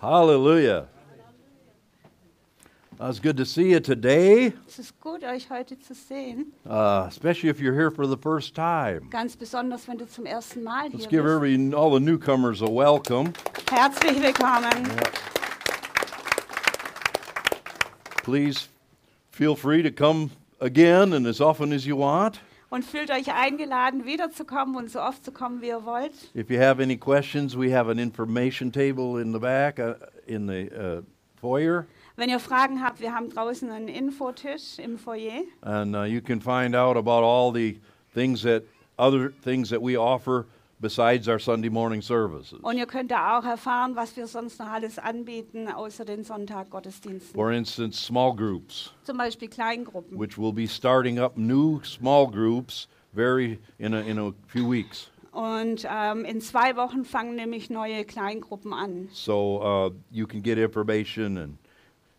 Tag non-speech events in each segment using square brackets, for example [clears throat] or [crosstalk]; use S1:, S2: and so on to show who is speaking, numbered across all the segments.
S1: Hallelujah. Uh, it's good to see you today,
S2: Es ist gut, euch heute zu sehen.
S1: uh, especially if you're here for the first time.
S2: Ganz besonders, wenn du zum ersten Mal
S1: Let's
S2: hier
S1: give
S2: bist.
S1: every, all the newcomers a welcome.
S2: Herzlich willkommen.
S1: Please feel free to come again and as often as you want.
S2: Und fühlt euch eingeladen, wiederzukommen und so oft zu kommen, wie ihr wollt.
S1: If you have any questions, we have an information table in the back, uh, in the uh, foyer,
S2: Wenn ihr Fragen habt, wir haben draußen einen Infotisch im Foyer.
S1: and uh, you can find out about all the things that other things that we offer besides our Sunday morning services.
S2: Und ihr könnt da auch erfahren, was wir sonst noch alles anbieten, außer den Sonntaggottesdiensten.
S1: For instance, small groups.
S2: Zum Beispiel Kleingruppen.
S1: which will be starting up new small groups very in a, in a few weeks.
S2: Und ähm, in zwei Wochen fangen nämlich neue Kleingruppen an.
S1: So uh, you can get information, and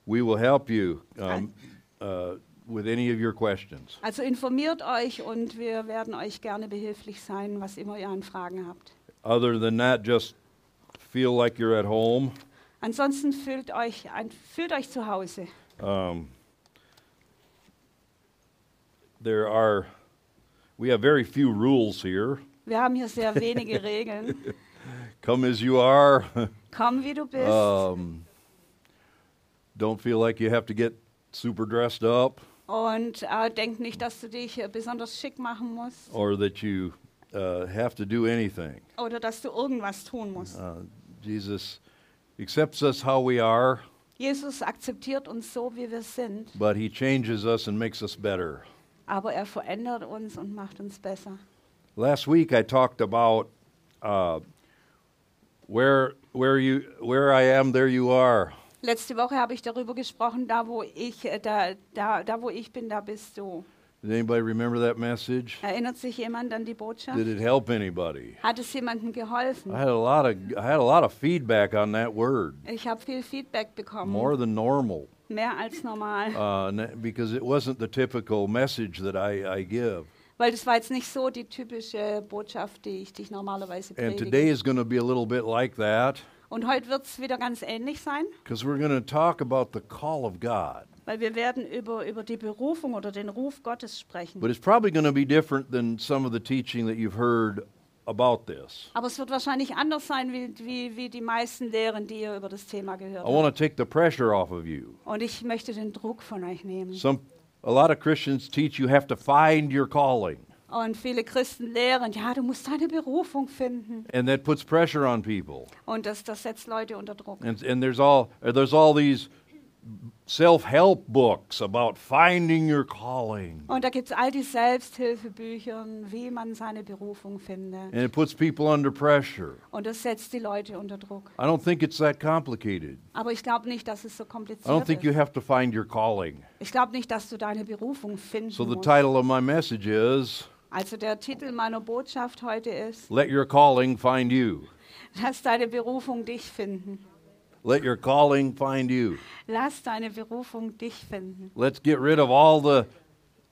S1: we will help you um, uh, with any of your questions.
S2: Also informiert euch und wir werden euch gerne behilflich sein, was immer ihr an Fragen habt.
S1: Other than that, just feel like you're at home.
S2: Ansonsten fühlt euch, ein, fühlt euch zu Hause.
S1: Um, there are we have very few rules here.
S2: Wir haben hier sehr
S1: [laughs]
S2: wenige Regeln.
S1: Come as you are. [laughs]
S2: Komm, wie du bist.
S1: um, don't feel like you have to get super dressed up.
S2: Und äh, denk nicht, dass du dich äh, besonders schick machen musst
S1: or that you uh, have to do anything.
S2: oder dass du irgendwas tun musst.
S1: Uh, Jesus accepts us how we are,
S2: Jesus akzeptiert uns so, wie wir sind,
S1: but he changes us and makes us better.
S2: aber er verändert uns und macht uns besser.
S1: Last week I talked about uh, where where you where I am, there you are.
S2: Letzte Woche habe ich darüber gesprochen, da wo ich, äh, da, da, da wo ich bin, da bist du.
S1: Did anybody remember that message?
S2: Erinnert sich jemand an die Botschaft?
S1: Did it help anybody?
S2: Hat es jemandem
S1: I
S2: geholfen?
S1: had a lot of I had a lot of feedback on that word,
S2: Ich habe viel Feedback bekommen,
S1: more than normal,
S2: mehr als normal.
S1: uh, n- because it wasn't the typical message that I, I give.
S2: Weil das war jetzt nicht so die typische Botschaft, die ich dich normalerweise
S1: And
S2: predige.
S1: today is going to be a little bit like that.
S2: Und heute wird es wieder ganz ähnlich sein,
S1: Because we're going to talk about the call of God.
S2: weil wir werden über, über die Berufung oder den Ruf Gottes sprechen.
S1: But it's probably going to be different than some of the teaching that you've heard about this.
S2: Aber es wird wahrscheinlich anders sein, wie, wie, wie die meisten Lehren, die ihr über das Thema gehört
S1: I
S2: habt.
S1: want to take the pressure off of you.
S2: Und ich möchte den Druck von euch nehmen.
S1: Some, a lot of Christians teach you have to find your calling,
S2: Und viele Christen lehren, ja, du musst deine Berufung finden.
S1: and that puts pressure on people.
S2: Und das, das setzt Leute unter Druck.
S1: And, and there's all uh, there's all these self-help books about finding your calling,
S2: Und da gibt es all die Selbsthilfebücher, wie man seine Berufung findet.
S1: and it puts people under pressure.
S2: Und das setzt die Leute unter Druck.
S1: I don't think it's that complicated.
S2: Aber ich glaube nicht, dass es so
S1: I don't
S2: kompliziert
S1: think you
S2: ist.
S1: have to find your calling.
S2: Ich glaube nicht, dass du deine Berufung finden
S1: So the
S2: musst.
S1: title of my message is
S2: Also der Titel meiner Botschaft heute ist,
S1: Let your calling find you.
S2: lass deine Berufung dich finden.
S1: Let your calling find you.
S2: Lass deine Berufung dich finden.
S1: Let's get rid of all the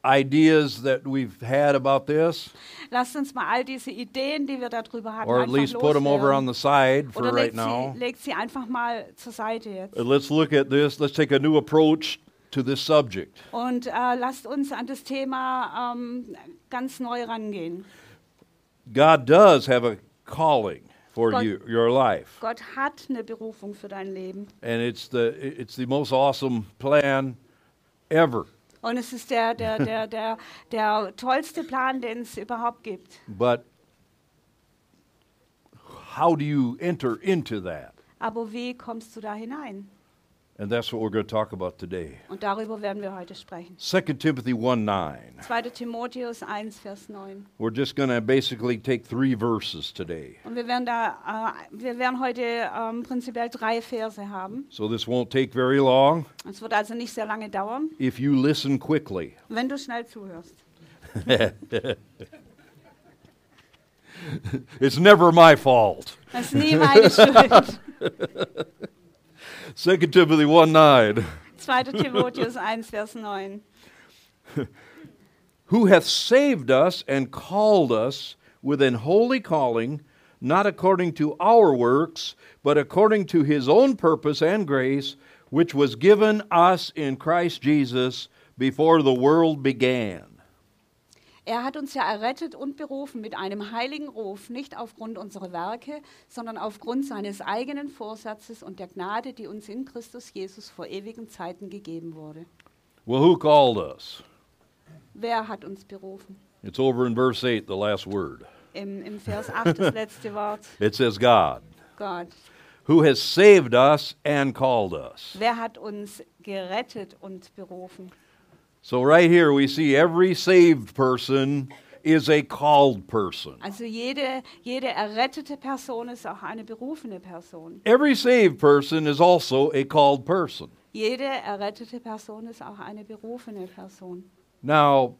S1: ideas that we've had about this,
S2: Lasst uns mal all diese Ideen, die wir darüber hatten,
S1: or at
S2: einfach
S1: least put them over on
S2: loswerden.
S1: the side for
S2: Oder
S1: right
S2: legt
S1: now. Äh.
S2: sie, legt sie einfach mal zur Seite jetzt.
S1: And Let's look at this. Let's take a new approach to this subject.
S2: Und äh, lasst uns an das Thema ähm, ganz neu rangehen.
S1: God does have a calling for
S2: God-
S1: you, your life,
S2: Gott hat eine Berufung für dein Leben.
S1: and it's the it's the most awesome plan ever.
S2: Und es ist der, der, der, der, der tollste Plan, den es überhaupt gibt.
S1: But how do you enter into that?
S2: Aber wie kommst du da hinein?
S1: And that's what we're going to talk about today.
S2: Und darüber werden wir heute sprechen.
S1: 2 Timothy 1 9.
S2: 2. Timotheus 1, Vers 9.
S1: We're just going to basically take three verses today.
S2: Und wir werden, da, äh, wir werden heute ähm, prinzipiell drei Verse haben.
S1: So this won't take very long
S2: Es wird also nicht sehr lange dauern,
S1: if you listen quickly.
S2: wenn du schnell zuhörst.
S1: It's never my fault.
S2: Das ist nie meine Schuld.
S1: 2 Timothy 1 9.
S2: 2. Timotheus 1, Vers 9.
S1: Who hath saved us and called us with an holy calling, not according to our works, but according to his own purpose and grace, which was given us in Christ Jesus before the world began.
S2: Er hat uns ja errettet und berufen mit einem heiligen Ruf, nicht aufgrund unserer Werke, sondern aufgrund seines eigenen Vorsatzes und der Gnade, die uns in Christus Jesus vor ewigen Zeiten gegeben wurde.
S1: Well, who called us?
S2: Wer hat uns berufen?
S1: It's over in verse 8, the last word.
S2: Im, im Vers 8 das letzte Wort.
S1: It says, God,
S2: Gott.
S1: who has saved us and called us.
S2: Wer hat uns gerettet und berufen?
S1: So, right here, we see every saved person is a called person.
S2: Also jede, jede errettete Person ist auch eine berufene Person.
S1: Every saved person is also a called person.
S2: Jede errettete Person ist auch eine berufene Person.
S1: Now,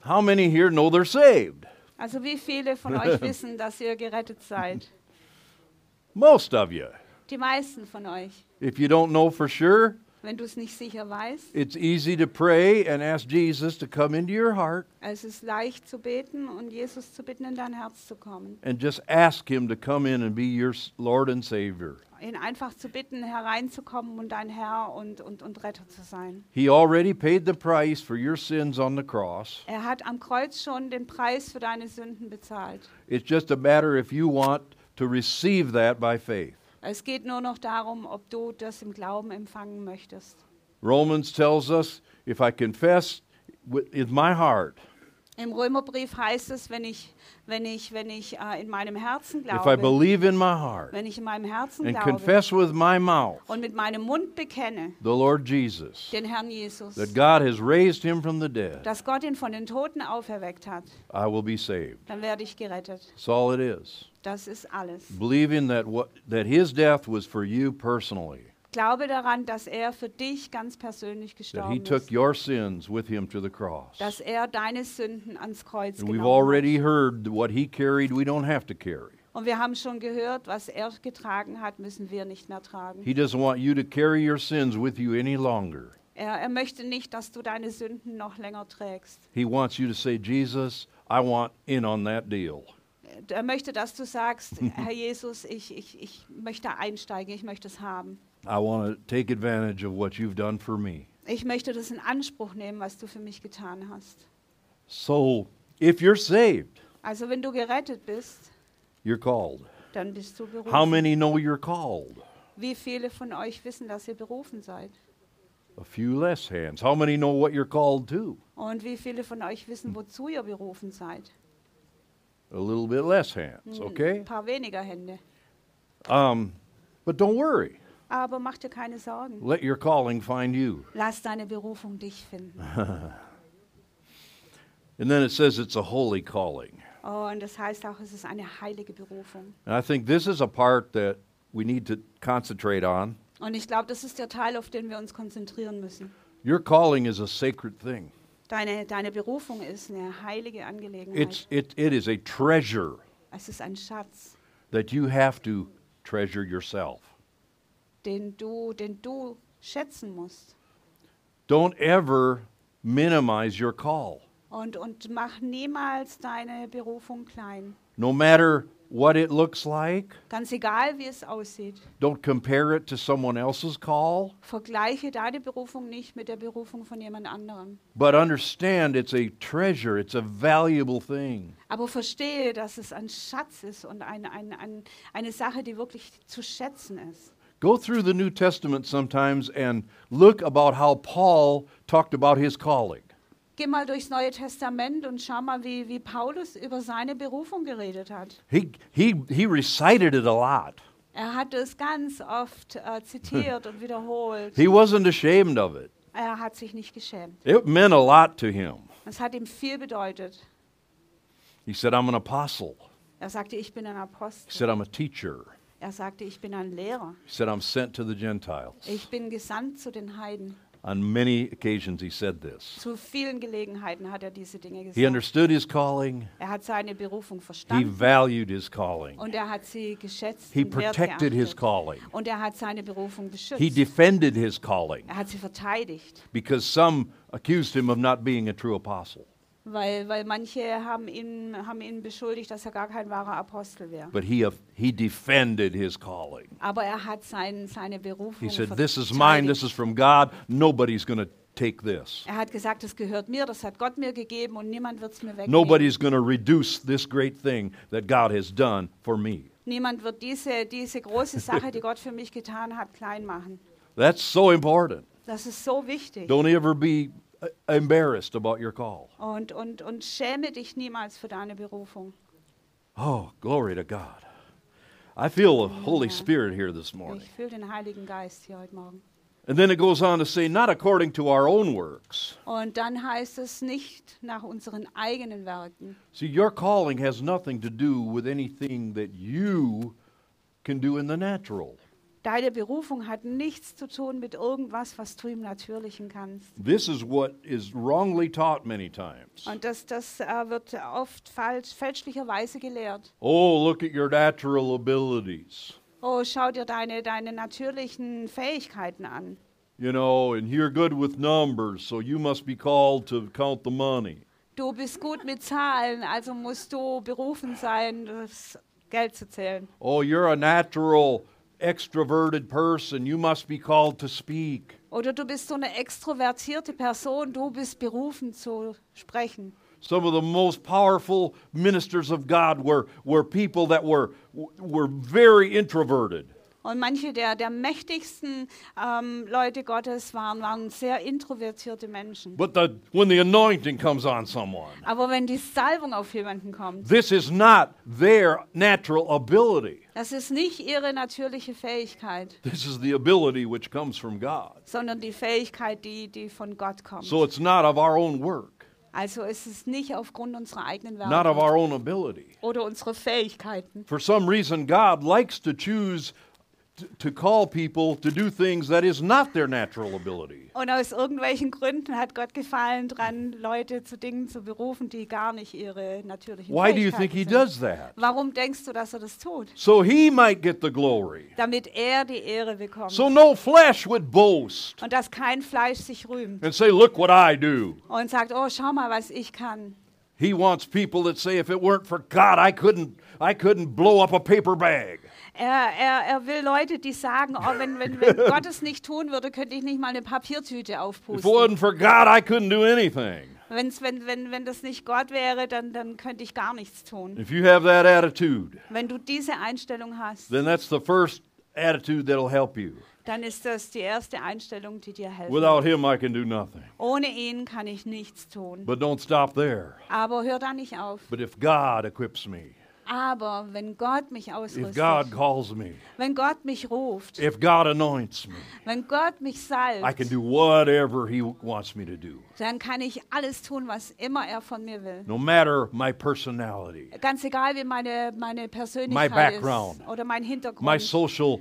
S1: how many here know they're saved?
S2: Also wie viele von euch wissen, dass ihr gerettet seid?
S1: Most of you.
S2: Die meisten von euch.
S1: If you don't know for sure,
S2: Wenn du es nicht sicher weißt,
S1: it's easy to pray and ask Jesus to come into your heart
S2: Also es ist leicht zu beten und Jesus zu bitten, in dein Herz zu kommen.
S1: and just ask Him to come in and be your s- Lord and Savior.
S2: Ihn einfach zu bitten, hereinzukommen und dein Herr und, und, und Retter zu sein.
S1: He already paid the price for your sins on the cross.
S2: Er hat am Kreuz schon den Preis für deine Sünden bezahlt.
S1: It's just a matter if you want to receive that by faith.
S2: Es geht nur noch darum, ob du das im Glauben empfangen möchtest.
S1: Romans tells us if I confess with in my heart,
S2: Im Römerbrief heißt es, wenn ich, wenn ich, wenn ich äh, in meinem Herzen
S1: if I
S2: glaube,
S1: believe in my heart
S2: wenn ich in meinem Herzen
S1: and
S2: glaube
S1: confess with my mouth
S2: und mit meinem Mund bekenne,
S1: the Lord Jesus,
S2: den Herrn Jesus,
S1: that God has raised him from the dead,
S2: dass Gott ihn von den Toten auferweckt hat,
S1: I will be saved.
S2: dann werde ich gerettet.
S1: That's all it is.
S2: Das ist alles.
S1: Believing that what that his death was for you personally,
S2: Glaube daran, dass er für dich ganz persönlich
S1: that he
S2: gestorben
S1: took
S2: ist,
S1: your sins with him to the cross.
S2: dass er deine Sünden ans Kreuz
S1: And we've
S2: genommen hat.
S1: already heard what he carried, we don't have to carry.
S2: Und wir haben schon gehört, was er getragen hat, müssen wir nicht mehr tragen.
S1: He doesn't want you to carry your sins with you any longer.
S2: Er, er möchte nicht, dass du deine Sünden noch länger trägst.
S1: He wants you to say, Jesus, I want in on that deal.
S2: Er möchte, dass
S1: [laughs]
S2: du sagst, Herr Jesus, ich, ich, ich möchte einsteigen, ich möchte es haben.
S1: I want to take advantage of what you've done for me.
S2: Ich möchte das in Anspruch nehmen, was du für mich getan hast.
S1: So, if you're saved,
S2: Also wenn du gerettet bist,
S1: you're called.
S2: dann bist du
S1: How
S2: berufen.
S1: many know you're called?
S2: Wie viele von euch wissen, dass ihr berufen seid?
S1: A few less hands. How many know what you're called to?
S2: Und wie viele von euch wissen, wozu ihr berufen seid? Hm,
S1: A little bit less hands,
S2: Ein
S1: okay?
S2: paar weniger Hände.
S1: Um, but don't worry.
S2: Aber mach dir keine Sorgen.
S1: Let your calling find you.
S2: Lass deine Berufung dich finden.
S1: And then it says it's a holy calling.
S2: Und das heißt auch, es ist eine heilige Berufung.
S1: And I think this is a part that we need to concentrate on.
S2: Und ich glaube, das ist der Teil, auf den wir uns konzentrieren müssen.
S1: Your calling is a sacred thing.
S2: Deine, deine Berufung ist eine heilige Angelegenheit.
S1: It's it, it is a treasure
S2: es ist ein Schatz,
S1: that you have to treasure yourself.
S2: den du, den du schätzen musst.
S1: Don't ever minimize your call,
S2: Und, und mach niemals deine Berufung klein.
S1: no matter what it looks like.
S2: Ganz egal, wie es aussieht.
S1: Don't compare it to someone else's call,
S2: Vergleiche deine Berufung nicht mit der Berufung von jemand anderem.
S1: but understand it's a treasure, it's a valuable thing.
S2: Aber verstehe, dass es ein Schatz ist und ein, ein, ein, eine Sache, die wirklich zu schätzen ist.
S1: Go through the New Testament sometimes and look about how Paul talked about his calling.
S2: Geh mal durchs Neue Testament und schau mal, wie, wie Paulus über seine Berufung geredet hat.
S1: He he he recited it a lot.
S2: Er hat es ganz oft äh, zitiert und wiederholt.
S1: He wasn't ashamed of it.
S2: Er hat sich nicht geschämt.
S1: It meant a lot to him.
S2: Das hat ihm viel bedeutet.
S1: He said, I'm an apostle.
S2: Er sagte, ich bin ein
S1: He
S2: Apostel.
S1: said, I'm a teacher.
S2: Er sagte, ich bin ein Lehrer.
S1: He said, I'm sent to the Gentiles.
S2: Ich bin gesandt zu den Heiden.
S1: On many occasions, he said this.
S2: Zu vielen Gelegenheiten hat er diese Dinge
S1: He
S2: gesagt.
S1: understood his calling,
S2: Er hat seine Berufung
S1: he
S2: verstanden
S1: valued his calling,
S2: und er hat sie geschätzt
S1: he
S2: und
S1: protected his
S2: wertgeachtet.
S1: calling,
S2: Und er hat seine Berufung
S1: he
S2: beschützt.
S1: defended his calling
S2: Er hat sie verteidigt,
S1: because some accused him of not being a true apostle.
S2: weil, weil manche haben ihn, haben ihn beschuldigt, dass er gar kein wahrer Apostel wäre.
S1: But he, uh, he defended his calling.
S2: Aber er hat sein, seine
S1: He
S2: Berufung
S1: said, This is mine,
S2: verteidigt.
S1: this is from God, nobody's going to take this.
S2: Er hat gesagt, das gehört mir, das hat Gott mir gegeben und niemand wird es mir wegnehmen.
S1: Nobody's going to reduce this great thing that God has done for me.
S2: Niemand wird diese, diese große Sache, die Gott für mich getan hat, klein machen.
S1: That's so important.
S2: Das ist so wichtig.
S1: Don't ever be uh, embarrassed about your call.
S2: Und, und, und schäme dich niemals für deine Berufung.
S1: Oh, glory to God. I feel the Holy Spirit here this morning.
S2: Ich fühle den Heiligen Geist hier heute Morgen.
S1: And then it goes on to say, not according to our own works.
S2: Und dann heißt es nicht nach unseren eigenen Werken.
S1: See, your calling has nothing to do with anything that you can do in the natural.
S2: Deine Berufung hat nichts zu tun mit irgendwas, was du im Natürlichen kannst.
S1: This is what is wrongly taught many times.
S2: Und das, das äh, wird oft falsch, fälschlicherweise gelehrt.
S1: Oh, look at your natural abilities.
S2: Oh, schau dir deine, deine natürlichen Fähigkeiten an.
S1: You know, and you're good with numbers, so you must be called to count the money.
S2: Du bist gut mit Zahlen, also musst du berufen sein, das Geld zu zählen.
S1: Oh, you're a natural extroverted person, you must be called to speak.
S2: Oder du bist so eine extrovertierte Person, du bist berufen zu sprechen.
S1: Some of the most powerful ministers of God were, were people that were, were very introverted.
S2: Und manche der, der mächtigsten ähm, Leute Gottes waren, waren sehr introvertierte Menschen.
S1: But the, when the anointing comes on someone,
S2: Aber wenn die Salbung auf jemanden kommt,
S1: this is not their natural ability.
S2: das ist nicht ihre natürliche Fähigkeit,
S1: This is the ability which comes from God.
S2: sondern die Fähigkeit, die, die von Gott kommt.
S1: So it's not of our own work,
S2: Also es ist nicht aufgrund unserer eigenen
S1: not of
S2: Werke
S1: our own ability.
S2: oder unserer Fähigkeiten.
S1: For some reason, God likes to choose t- to call people to do things that is not their natural ability.
S2: Und aus irgendwelchen Gründen hat Gott gefallen dran, Leute zu Dingen zu berufen, die gar nicht ihre natürlichen
S1: Why do you
S2: Fähigkeiten
S1: think He
S2: sind.
S1: does that?
S2: Warum denkst du, dass er das tut?
S1: So He might get the glory.
S2: Damit er die Ehre bekommt.
S1: So no flesh would boast
S2: und dass kein Fleisch sich rühmt
S1: and say, Look what I do.
S2: und sagt, oh, schau mal, was ich kann.
S1: He wants people that say, If it weren't for God, I couldn't, I couldn't blow up a paper bag.
S2: Er, er, er will Leute, die sagen, oh, wenn,
S1: [laughs]
S2: wenn, wenn Gott es nicht tun würde, könnte ich nicht mal eine Papiertüte
S1: If it
S2: aufpusten.
S1: wasn't for God, I couldn't do anything.
S2: Wenn's, wenn, wenn, wenn das nicht Gott wäre, dann, dann könnte ich gar nichts tun.
S1: If you have that attitude,
S2: Wenn du diese Einstellung hast,
S1: then that's the first attitude that'll help you.
S2: dann ist das die erste Einstellung, die dir helfen
S1: Without Him, I can do nothing.
S2: Ohne ihn kann ich nichts tun.
S1: But don't stop there.
S2: Aber hör da nicht auf.
S1: But if God equips me,
S2: Aber wenn Gott mich
S1: if God
S2: ausrüstet,
S1: calls me,
S2: wenn Gott mich ruft,
S1: if God anoints me,
S2: wenn Gott mich
S1: I can
S2: salbt,
S1: do whatever He wants me to do,
S2: dann kann ich alles tun, was immer er von mir will.
S1: no matter my personality,
S2: Ganz egal, wie meine, meine
S1: My
S2: Persönlichkeit
S1: background.
S2: ist oder mein
S1: my
S2: Hintergrund,
S1: social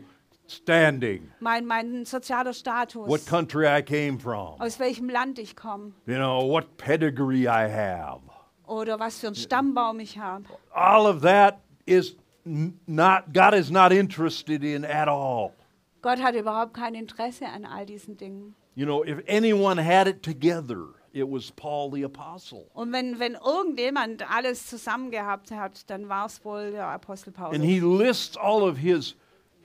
S1: standing,
S2: mein, mein sozialer
S1: what
S2: Status,
S1: country I came from,
S2: aus welchem Land ich komme
S1: you know, what pedigree I have.
S2: oder was für einen Stammbaum ich habe.
S1: All of that is n- not, God is not interested in at all.
S2: Gott hat überhaupt kein Interesse an all diesen Dingen.
S1: You know, if anyone had it together, it was Paul the Apostle.
S2: Und wenn, wenn irgendjemand alles zusammen gehabt hat, dann war es wohl der Apostel
S1: And
S2: Paulus.
S1: he lists all of his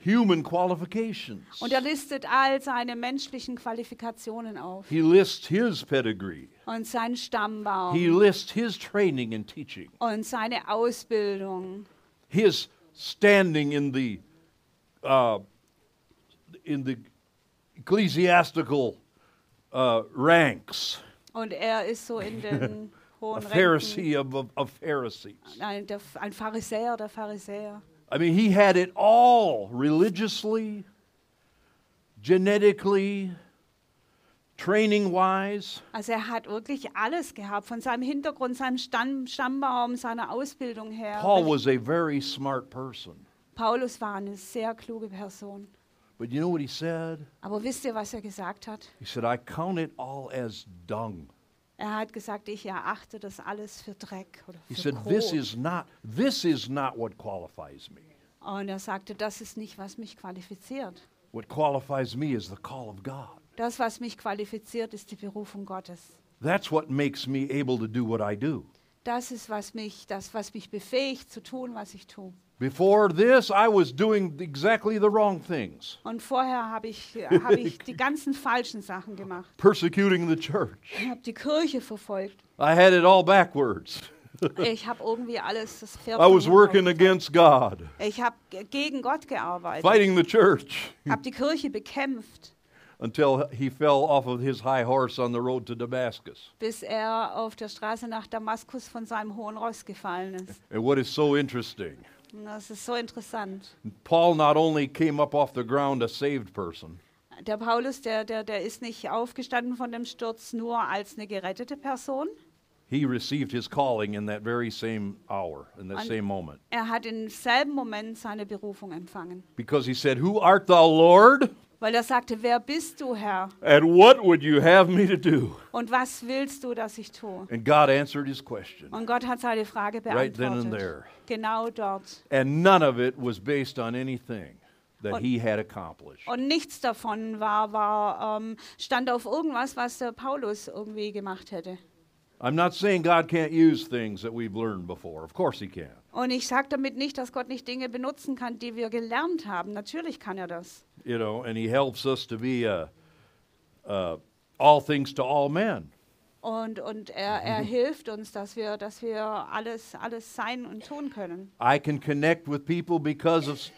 S1: human qualifications.
S2: Und er listet all seine menschlichen Qualifikationen auf
S1: He lists his pedigree.
S2: und seinen Stammbaum
S1: He lists his training and teaching,
S2: und seine Ausbildung,
S1: his standing in the uh, in the ecclesiastical uh, ranks,
S2: Und er ist so in den
S1: [laughs] a
S2: hohen Rängen.
S1: Pharisee of, of, of Pharisees.
S2: Ein, der, ein Pharisäer, der Pharisäer.
S1: I mean, he had it all religiously, genetically, training wise.
S2: Also er hat wirklich alles gehabt, von seinem Hintergrund, seinem Stamm, Stammbaum, seiner Ausbildung her. Also
S1: Paul was a very smart person.
S2: Paulus war eine sehr kluge Person.
S1: But you know what he said?
S2: Aber wisst ihr, was er gesagt hat?
S1: He said, I count it all as dung.
S2: Er hat gesagt, ich erachte das alles für Dreck oder
S1: He
S2: für
S1: said,
S2: Kot.
S1: This is not this is not what qualifies me.
S2: Und er sagte, das ist nicht, was mich qualifiziert.
S1: What qualifies me is the call of God.
S2: Das, was mich qualifiziert, ist die Berufung Gottes.
S1: That's what makes me able to do what I do.
S2: Das ist was mich, das was mich befähigt zu tun, was ich tue.
S1: Before this, I was doing exactly the wrong things
S2: Und vorher habe ich, habe ich die ganzen falschen Sachen gemacht.
S1: persecuting the church.
S2: Ich habe die
S1: [laughs]
S2: Kirche verfolgt.
S1: I had it all backwards.
S2: Ich habe irgendwie alles das Pferd
S1: I was
S2: vom Hirn
S1: working
S2: auf-
S1: against God,
S2: Ich habe ge- gegen Gott gearbeitet.
S1: fighting the church,
S2: Habe die Kirche bekämpft,
S1: until he fell off of his high horse on the road to Damascus.
S2: bis er auf der Straße nach Damaskus von seinem hohen Ross gefallen ist.
S1: And what is so interesting,
S2: Und Das ist so interessant.
S1: Paul not only came up off the ground a saved person,
S2: Der Paulus, der, der, der ist nicht aufgestanden von dem Sturz nur als eine gerettete Person.
S1: he received his calling in that very same hour, in that
S2: Und-
S1: same moment.
S2: Er hat im selben Moment seine Berufung empfangen.
S1: Because he said, Who art thou, Lord?
S2: Weil er sagte, wer bist du, Herr?
S1: And what would you have me to do?
S2: Und was willst du, dass ich tue?
S1: And God answered his question.
S2: Und Gott hat seine Frage
S1: Right
S2: beantwortet.
S1: then and there.
S2: Genau dort.
S1: And none of it was based on anything that
S2: Und-
S1: he had accomplished.
S2: Und nichts davon war, war ähm, stand auf irgendwas, was der Paulus irgendwie gemacht hätte.
S1: I'm not saying God can't use things that we've learned before. Of course he can.
S2: Und ich sage damit nicht, dass Gott nicht Dinge benutzen kann, die wir gelernt haben. Natürlich kann er das.
S1: You know, and he helps us to be uh, uh, all things to all men.
S2: Und, und er, er
S1: Mhm.
S2: hilft uns, dass wir, dass wir alles, alles sein und tun können.
S1: I can connect with people because of s-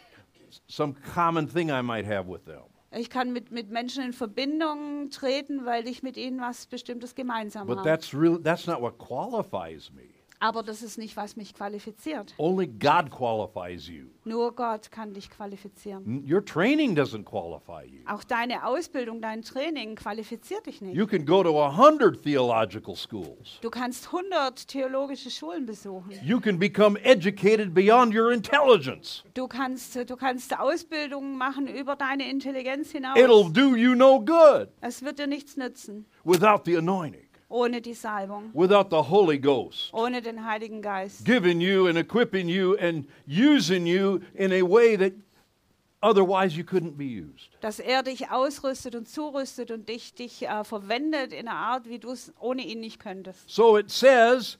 S1: some common thing I might have with them.
S2: Ich kann mit, mit Menschen in Verbindung treten, weil ich mit ihnen was Bestimmtes gemeinsam
S1: But
S2: habe.
S1: that's really that's not what qualifies me.
S2: Aber das ist nicht, was mich qualifiziert.
S1: Only God qualifies you.
S2: Nur Gott kann dich qualifizieren.
S1: N- Your training doesn't qualify you.
S2: Auch deine Ausbildung, dein Training qualifiziert dich nicht.
S1: You can go to a hundred theological schools.
S2: Du kannst 100 theologische Schulen besuchen.
S1: You can become educated beyond your intelligence.
S2: Du kannst, du kannst Ausbildungen machen über deine Intelligenz hinaus.
S1: It'll do you no good
S2: es wird dir nichts nützen
S1: without the anointing,
S2: ohne die Salbung,
S1: without the Holy Ghost
S2: ohne den Heiligen Geist,
S1: giving you and equipping you and using you in a way that otherwise you couldn't be used.
S2: dass er dich ausrüstet und zurüstet und dich, dich äh, verwendet in einer Art, wie du es ohne ihn nicht könntest.
S1: So it says,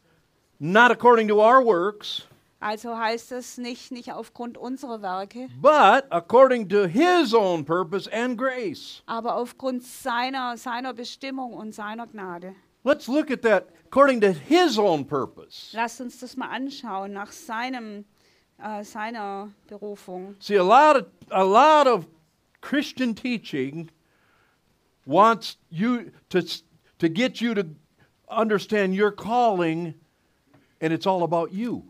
S1: not according to our works,
S2: Also heißt es nicht, nicht aufgrund unserer Werke,
S1: but according to His own purpose and grace.
S2: aber aufgrund seiner, seiner Bestimmung und seiner Gnade.
S1: Let's look at that according to His own purpose.
S2: Lasst uns das mal anschauen nach seinem, äh, seiner Berufung.
S1: See, a lot of a lot of Christian teaching wants you to s- to get you to understand your calling, and it's all about you.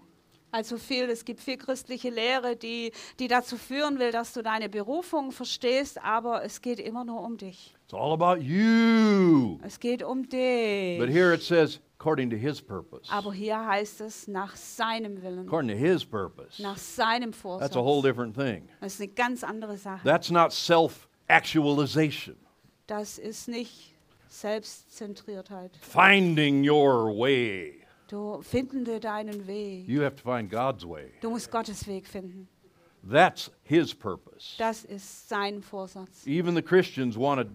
S2: Also viel, es gibt viel christliche Lehre, die, die dazu führen will, dass du deine Berufung verstehst, aber es geht immer nur um dich.
S1: It's all about you.
S2: Es geht um dich.
S1: But here it says, according to His purpose.
S2: aber hier heißt es nach seinem Willen,
S1: According to His purpose.
S2: nach seinem
S1: That's a whole
S2: Vorsatz.
S1: different thing.
S2: Das ist eine ganz andere Sache.
S1: That's not self-actualization.
S2: Das ist nicht Selbstzentriertheit.
S1: Finding your way.
S2: Du findende deinen Weg.
S1: You have to find God's way.
S2: Du musst Gottes Weg finden.
S1: That's His purpose.
S2: Das ist sein Vorsatz.
S1: Even the Christians want to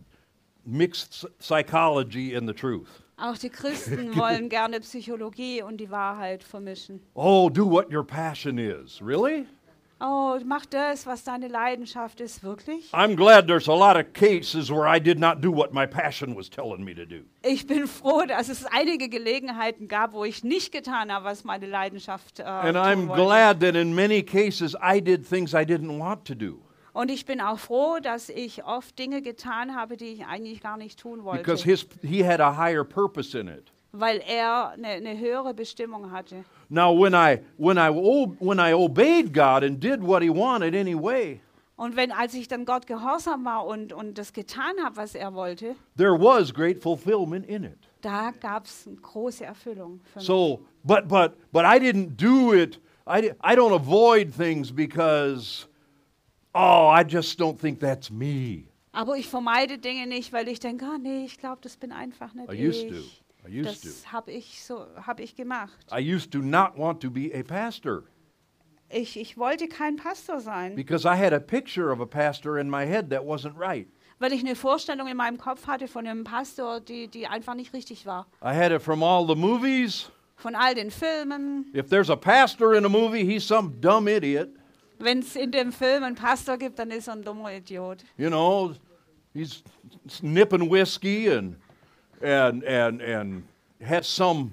S1: mix ps- psychology and the truth.
S2: Auch
S1: [laughs]
S2: die Christen
S1: Genau.
S2: wollen gerne Psychologie und die Wahrheit vermischen.
S1: Oh, do what your passion is. Really?
S2: Oh, mach das, was deine Leidenschaft ist, wirklich?
S1: I'm glad there's a lot of cases where I did not do what my passion was telling me to do.
S2: Ich bin froh, dass es einige Gelegenheiten gab, wo ich nicht getan habe, was meine Leidenschaft äh,
S1: And
S2: tun
S1: I'm
S2: wollte.
S1: glad that in many cases I did things I didn't want to do.
S2: Und ich bin auch froh, dass ich oft Dinge getan habe, die ich eigentlich gar nicht tun wollte,
S1: Because his, he had a higher purpose in it.
S2: weil er eine eine höhere Bestimmung hatte.
S1: Now, when I, when, I, o- when I obeyed God and did what he wanted anyway,
S2: Und wenn, als ich dann Gott gehorsam war und, und das getan habe, was er wollte,
S1: there was great fulfillment in it.
S2: da gab es eine große Erfüllung für mich.
S1: So, but but but I didn't do it. I di- I don't avoid things because oh, I just don't think that's me.
S2: Aber ich vermeide Dinge nicht, weil ich denke, ah nee, ich glaube, das bin einfach nicht
S1: I used to.
S2: ich.
S1: I used to.
S2: Das habe ich so habe ich gemacht.
S1: I used to not want to be a pastor
S2: Ich, ich wollte kein Pastor sein,
S1: because I had a picture of a pastor in my head that wasn't right.
S2: weil ich eine Vorstellung in meinem Kopf hatte von einem Pastor, die, die einfach nicht richtig war.
S1: I had it from all the movies.
S2: Von all den Filmen.
S1: If there's a pastor in a movie, he's some dumb idiot.
S2: Wenn es in dem Film einen Pastor gibt, dann ist er ein dummer Idiot.
S1: You know, he's nipping whiskey and and and and has some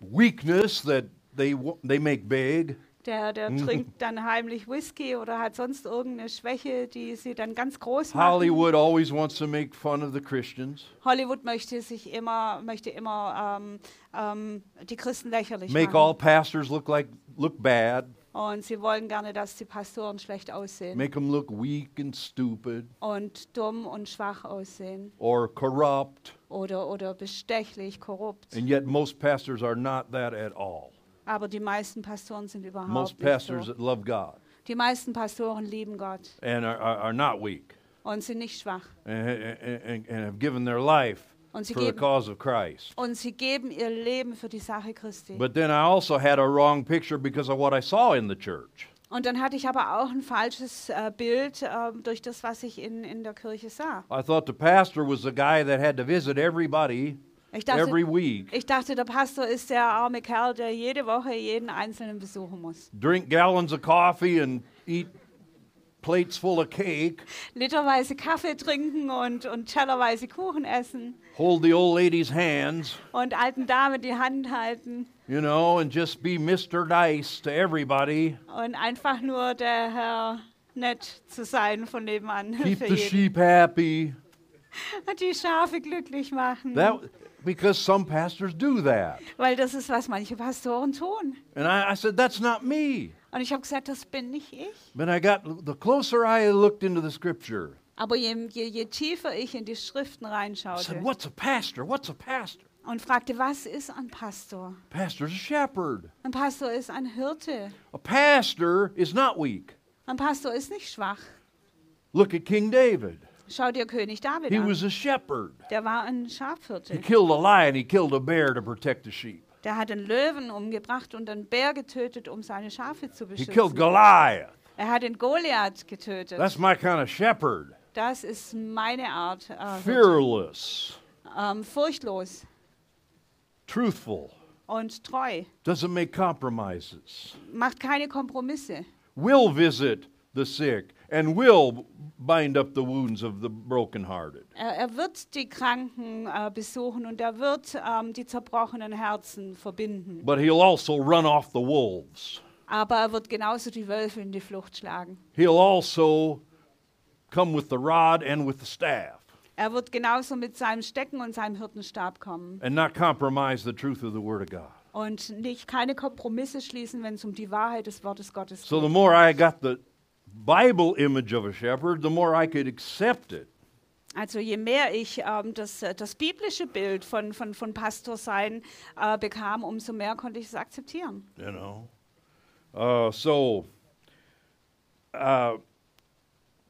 S1: weakness that they wa- they make big.
S2: Der,
S1: Mhm.
S2: der trinkt dann heimlich Whisky oder hat sonst irgendeine Schwäche, die sie dann ganz groß machen.
S1: Hollywood always wants to make fun of the Christians,
S2: Hollywood möchte sich immer, möchte immer ähm, ähm, die Christen lächerlich
S1: make all
S2: machen.
S1: pastors look like look bad,
S2: Und sie wollen gerne, dass die Pastoren schlecht aussehen
S1: make them look weak and stupid
S2: und dumm und schwach aussehen
S1: or corrupt,
S2: oder, oder bestechlich, korrupt.
S1: and yet most pastors are not that at all.
S2: Aber die meisten Pastoren sind
S1: Most
S2: überhaupt nicht
S1: pastors
S2: so.
S1: that love God
S2: Die meisten Pastoren lieben Gott
S1: and are, are, are not weak
S2: und sind nicht schwach.
S1: and, and, and- and have given their life
S2: Und sie
S1: for the
S2: geben,
S1: cause of Christ.
S2: und sie geben ihr Leben für die Sache Christi.
S1: But then I also had a wrong picture because of what I saw in the church.
S2: Und dann hatte ich aber auch ein falsches äh, Bild ähm, durch das, was ich in, in der Kirche sah.
S1: I thought the pastor was the guy that had to visit everybody
S2: Ich dachte,
S1: every week,
S2: Ich dachte, der Pastor ist der arme Kerl, der jede Woche jeden Einzelnen besuchen muss.
S1: drink gallons of coffee, and eat plates full of cake,
S2: Literweise Kaffee trinken und, und tellerweise Kuchen essen
S1: hold the old lady's hands,
S2: und alten Damen die Hand halten
S1: you know, and just be Mr. Nice to everybody.
S2: und einfach nur der Herr nett zu sein von nebenan
S1: Keep
S2: für
S1: the
S2: jeden.
S1: sheep happy.
S2: Und die Schafe glücklich machen.
S1: That because some pastors do that.
S2: weil das ist, was manche Pastoren tun.
S1: And I, I said, that's not me.
S2: Und ich habe gesagt, das bin nicht ich.
S1: But I got the closer I looked into the scripture,
S2: Aber je, je, je tiefer ich in die Schriften
S1: I
S2: reinschaute
S1: said, what's a pastor? What's a pastor?
S2: und fragte, was ist ein Pastor?
S1: Pastor's a shepherd.
S2: Ein Pastor ist ein Hirte.
S1: A pastor is not weak.
S2: Ein Pastor ist nicht schwach.
S1: Look at King David.
S2: Schau dir König David
S1: He
S2: an.
S1: was a shepherd.
S2: der war ein
S1: He
S2: Schafhirte.
S1: killed a lion, he killed a bear to protect the sheep.
S2: Der hat einen Löwen umgebracht und einen Bär getötet, um seine Schafe zu
S1: He killed
S2: beschützen.
S1: Goliath.
S2: Er hat den Goliath getötet.
S1: That's my kind of shepherd.
S2: das ist meine Art. Äh, Hirte.
S1: Fearless,
S2: ähm, furchtlos
S1: truthful,
S2: und treu.
S1: doesn't make compromises,
S2: Macht keine Kompromisse.
S1: will visit the sick, and will bind up the wounds of the brokenhearted.
S2: Er, er wird die Kranken äh, besuchen und er wird ähm, die zerbrochenen Herzen verbinden.
S1: But he'll also run off the wolves.
S2: Aber er wird genauso die Wölfe in die Flucht schlagen.
S1: He'll also come with the rod and with the staff
S2: Er wird genauso mit seinem Stecken und seinem Hirtenstab kommen.
S1: and not compromise the truth of the Word of God.
S2: und nicht keine Kompromisse schließen, wenn es um die Wahrheit des Wortes Gottes
S1: So the
S2: geht.
S1: more I got the Bible image of a shepherd, the more I could accept it.
S2: Also je mehr ich ähm, das, äh, das biblische Bild von, von, von Pastor sein äh, bekam, umso mehr konnte ich es akzeptieren.
S1: You know, uh, so. Uh,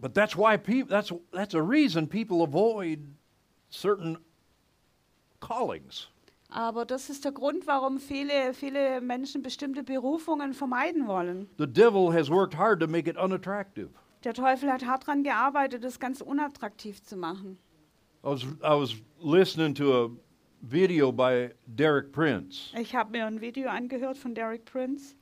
S1: but that's why people. That's that's a reason people avoid certain callings.
S2: Aber das ist der Grund, warum viele, viele Menschen bestimmte Berufungen vermeiden wollen.
S1: The devil has worked hard to make it unattractive.
S2: Der Teufel hat hart daran gearbeitet, das ganz unattraktiv zu machen.
S1: I was I was listening to a video by Derek Prince,
S2: Ich habe mir ein Video angehört von Derek Prince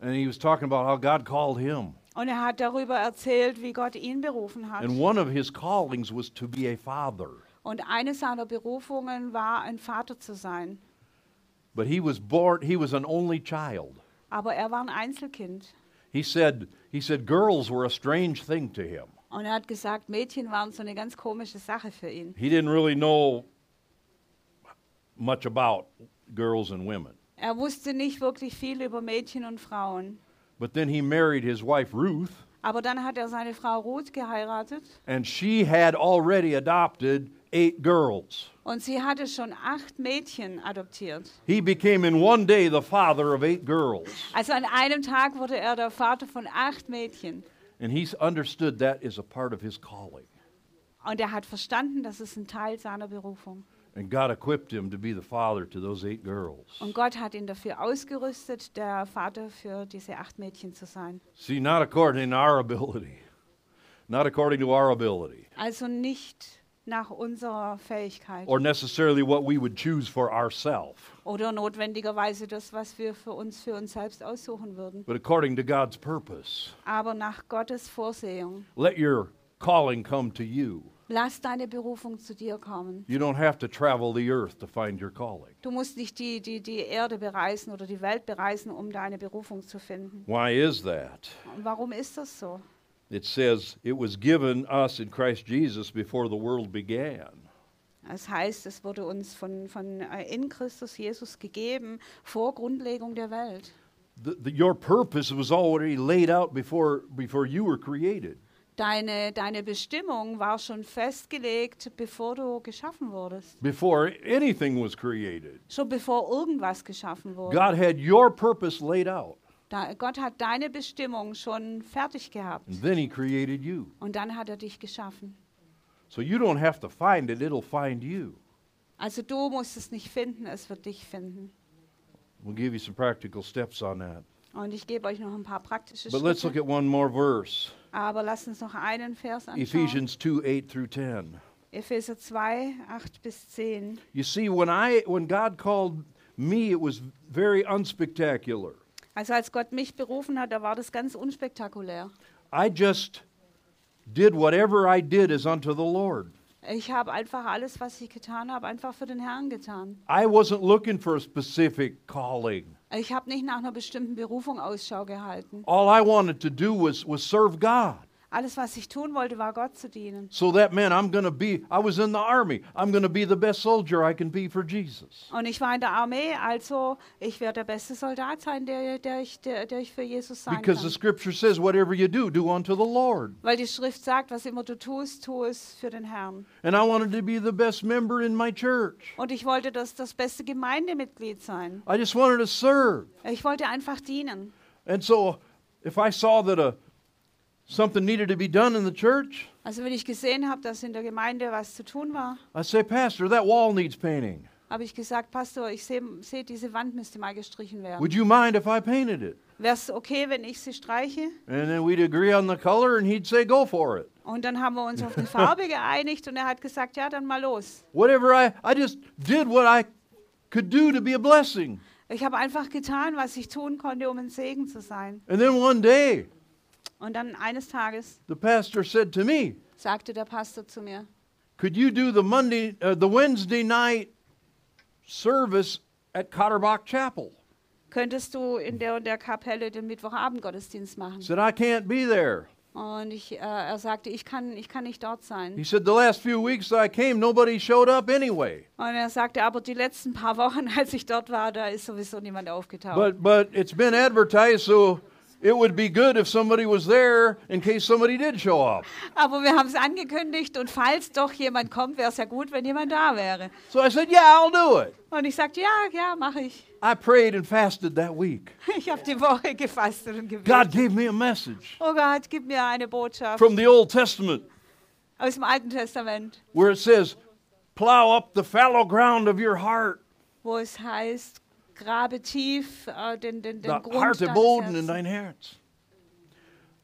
S1: and he was talking about how God called him,
S2: und er hat darüber erzählt, wie Gott ihn berufen hat.
S1: and one of his callings was to be a father.
S2: Und eine seiner Berufungen war, ein Vater zu sein.
S1: But he was born, he was an only child.
S2: Aber er war ein Einzelkind.
S1: He said, he said girls were a strange thing to him.
S2: Und er hat gesagt, Mädchen waren so eine ganz komische Sache für ihn.
S1: He didn't really know much about girls and women.
S2: Er wusste nicht wirklich viel über Mädchen und Frauen.
S1: But then he married his wife Ruth,
S2: Aber dann hat er seine Frau Ruth geheiratet
S1: and she had already adopted eight girls.
S2: und sie hatte schon acht Mädchen adoptiert.
S1: He became in one day the father of eight girls.
S2: Also an einem Tag wurde er der Vater von acht Mädchen.
S1: And he's understood that is a part of his calling.
S2: Und er hat verstanden, das ist ein Teil seiner Berufung.
S1: And God equipped him to be the father to those eight girls.
S2: Und Gott hat ihn dafür ausgerüstet, der Vater für diese acht Mädchen zu sein.
S1: See, not according to our ability, not according to our ability
S2: Also nicht nach unserer Fähigkeit
S1: or necessarily what we would choose for ourselves,
S2: oder notwendigerweise das, was wir für uns für uns selbst aussuchen würden,
S1: but according to God's purpose.
S2: aber nach Gottes Vorsehung.
S1: Let your calling come to you.
S2: Lass deine Berufung zu dir kommen.
S1: You don't have to travel the earth to find your calling.
S2: Du musst nicht die, die, die Erde bereisen oder die Welt bereisen, um deine Berufung zu finden.
S1: Why is that?
S2: Und warum ist das so?
S1: It says, It was given us in Christ Jesus before the world began.
S2: Das heißt, es wurde uns von, von äh, in Christus Jesus gegeben vor Grundlegung der Welt.
S1: The, the, your purpose was already laid out before, before you were created.
S2: Deine, deine Bestimmung war schon festgelegt, bevor du geschaffen wurdest.
S1: before anything was created.
S2: Schon bevor irgendwas geschaffen wurde.
S1: God had your purpose laid out,
S2: Da, Gott hat deine Bestimmung schon fertig gehabt.
S1: and then He created you.
S2: Und dann hat er dich geschaffen.
S1: So you don't have to find it, it'll find you.
S2: Also du musst es nicht finden, es wird dich finden.
S1: We'll give you some practical steps on that.
S2: Und ich gebe euch noch ein paar praktische
S1: But let's look
S2: Schritte.
S1: at one more verse
S2: Aber lasst uns noch einen Vers anschauen.
S1: Ephesians 2 8 through 10.
S2: Epheser 2, 8 bis 10.
S1: You see, when, I, when God called me, it was very unspectacular.
S2: Also als Gott mich berufen hat, da war das ganz unspektakulär.
S1: I just did whatever I did as unto the Lord.
S2: Ich habe einfach alles, was ich getan habe, einfach für den Herrn getan.
S1: I wasn't looking for a specific calling.
S2: Ich habe nicht nach einer bestimmten Berufung Ausschau gehalten.
S1: All I wanted to do was, was serve God.
S2: Alles, was ich tun wollte, war Gott zu dienen.
S1: So that meant I'm going to be, I was in the army. I'm going to be the best soldier I can be for Jesus.
S2: Und ich war in der Armee, also ich werde der beste Soldat sein, der, der, ich, der, der ich für Jesus sein
S1: Because the
S2: kann.
S1: scripture says, whatever you do, do unto the Lord.
S2: Weil die Schrift sagt, was immer du tust, tu es für den Herrn.
S1: And I wanted to be the best member in my church.
S2: Und ich wollte das, das beste Gemeindemitglied sein.
S1: I just wanted to serve.
S2: Ich wollte einfach dienen.
S1: And so if I saw that a, something needed to be done in the church,
S2: Also wenn ich gesehen habe, dass in der Gemeinde was zu tun war,
S1: I say, Pastor, that wall needs painting.
S2: habe ich gesagt, Pastor, ich sehe, seh, diese Wand müsste mal gestrichen werden.
S1: Would you mind if I painted it?
S2: Wäre es okay, wenn ich sie streiche?
S1: And then we'd agree on the color and he'd say, go for it.
S2: Und dann haben wir uns auf eine Farbe geeinigt und er hat gesagt, ja, dann mal los.
S1: Whatever I, I just did what I could do to be a blessing.
S2: Ich habe einfach getan, was ich tun konnte, um ein Segen zu sein.
S1: And then one day,
S2: Und dann eines Tages
S1: the pastor said to me,
S2: sagte der Pastor zu mir,
S1: "Could you do the Monday, uh, the Wednesday night service at Cotterbach Chapel?"
S2: könntest du in der und der Kapelle den Mittwochabend-Gottesdienst
S1: I
S2: machen?
S1: said, "I can't be there."
S2: Und ich, äh, er sagte, ich kann, ich kann nicht dort sein.
S1: He said, "The last few weeks I came, nobody showed up anyway."
S2: Und er sagte, aber die letzten paar Wochen, [laughs] als ich dort war, da ist sowieso niemand aufgetaucht.
S1: But but it's been advertised, so it would be good if somebody was there in case somebody did show up.
S2: aber wir haben es angekündigt und falls doch jemand kommt, wäre es ja gut, wenn jemand da wäre.
S1: So I said, "Yeah, I'll do it."
S2: Und ich sagte, ja, ja, mache ich. [laughs]
S1: I prayed and fasted that week.
S2: Ich habe die Woche gefastet und
S1: God
S2: gebetet.
S1: gave me a message
S2: Oh Gott, gib mir eine Botschaft
S1: from the Old Testament
S2: aus dem Alten Testament,
S1: where it says, "Plow up the fallow ground of your heart."
S2: wo es heißt, grabe tief äh, den, den, den
S1: the
S2: Grund
S1: heart of
S2: deines
S1: Bowden and
S2: Herzens.
S1: thine hearts.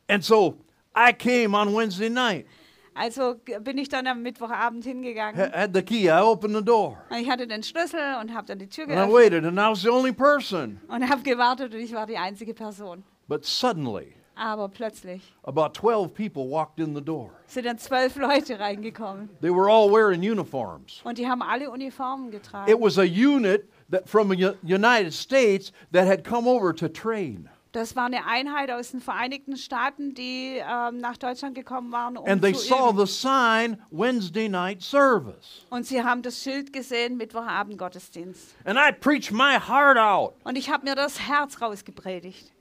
S1: And so I came on Wednesday night,
S2: Also g- bin ich dann am Mittwochabend
S1: ha-
S2: hingegangen.
S1: had the key, I opened the door,
S2: Ich hatte den Schlüssel und habe dann die Tür
S1: and I
S2: geöffnet
S1: waited, and I was the only person.
S2: und habe gewartet und ich war die einzige Person.
S1: But suddenly,
S2: Aber plötzlich
S1: about 12 people walked in the door.
S2: sind dann zwölf Leute reingekommen
S1: They were all wearing uniforms.
S2: und die haben alle Uniformen getragen.
S1: It was a unit that from the U- United States that had come over to train.
S2: Das war eine Einheit aus den Vereinigten Staaten, die ähm, nach Deutschland gekommen waren, um
S1: And they
S2: zu
S1: saw
S2: üben.
S1: the sign Wednesday night service.
S2: Und sie haben das Schild gesehen, Mittwochabend Gottesdienst.
S1: And I preached my heart out.
S2: Und ich habe mir das Herz rausgepredigt.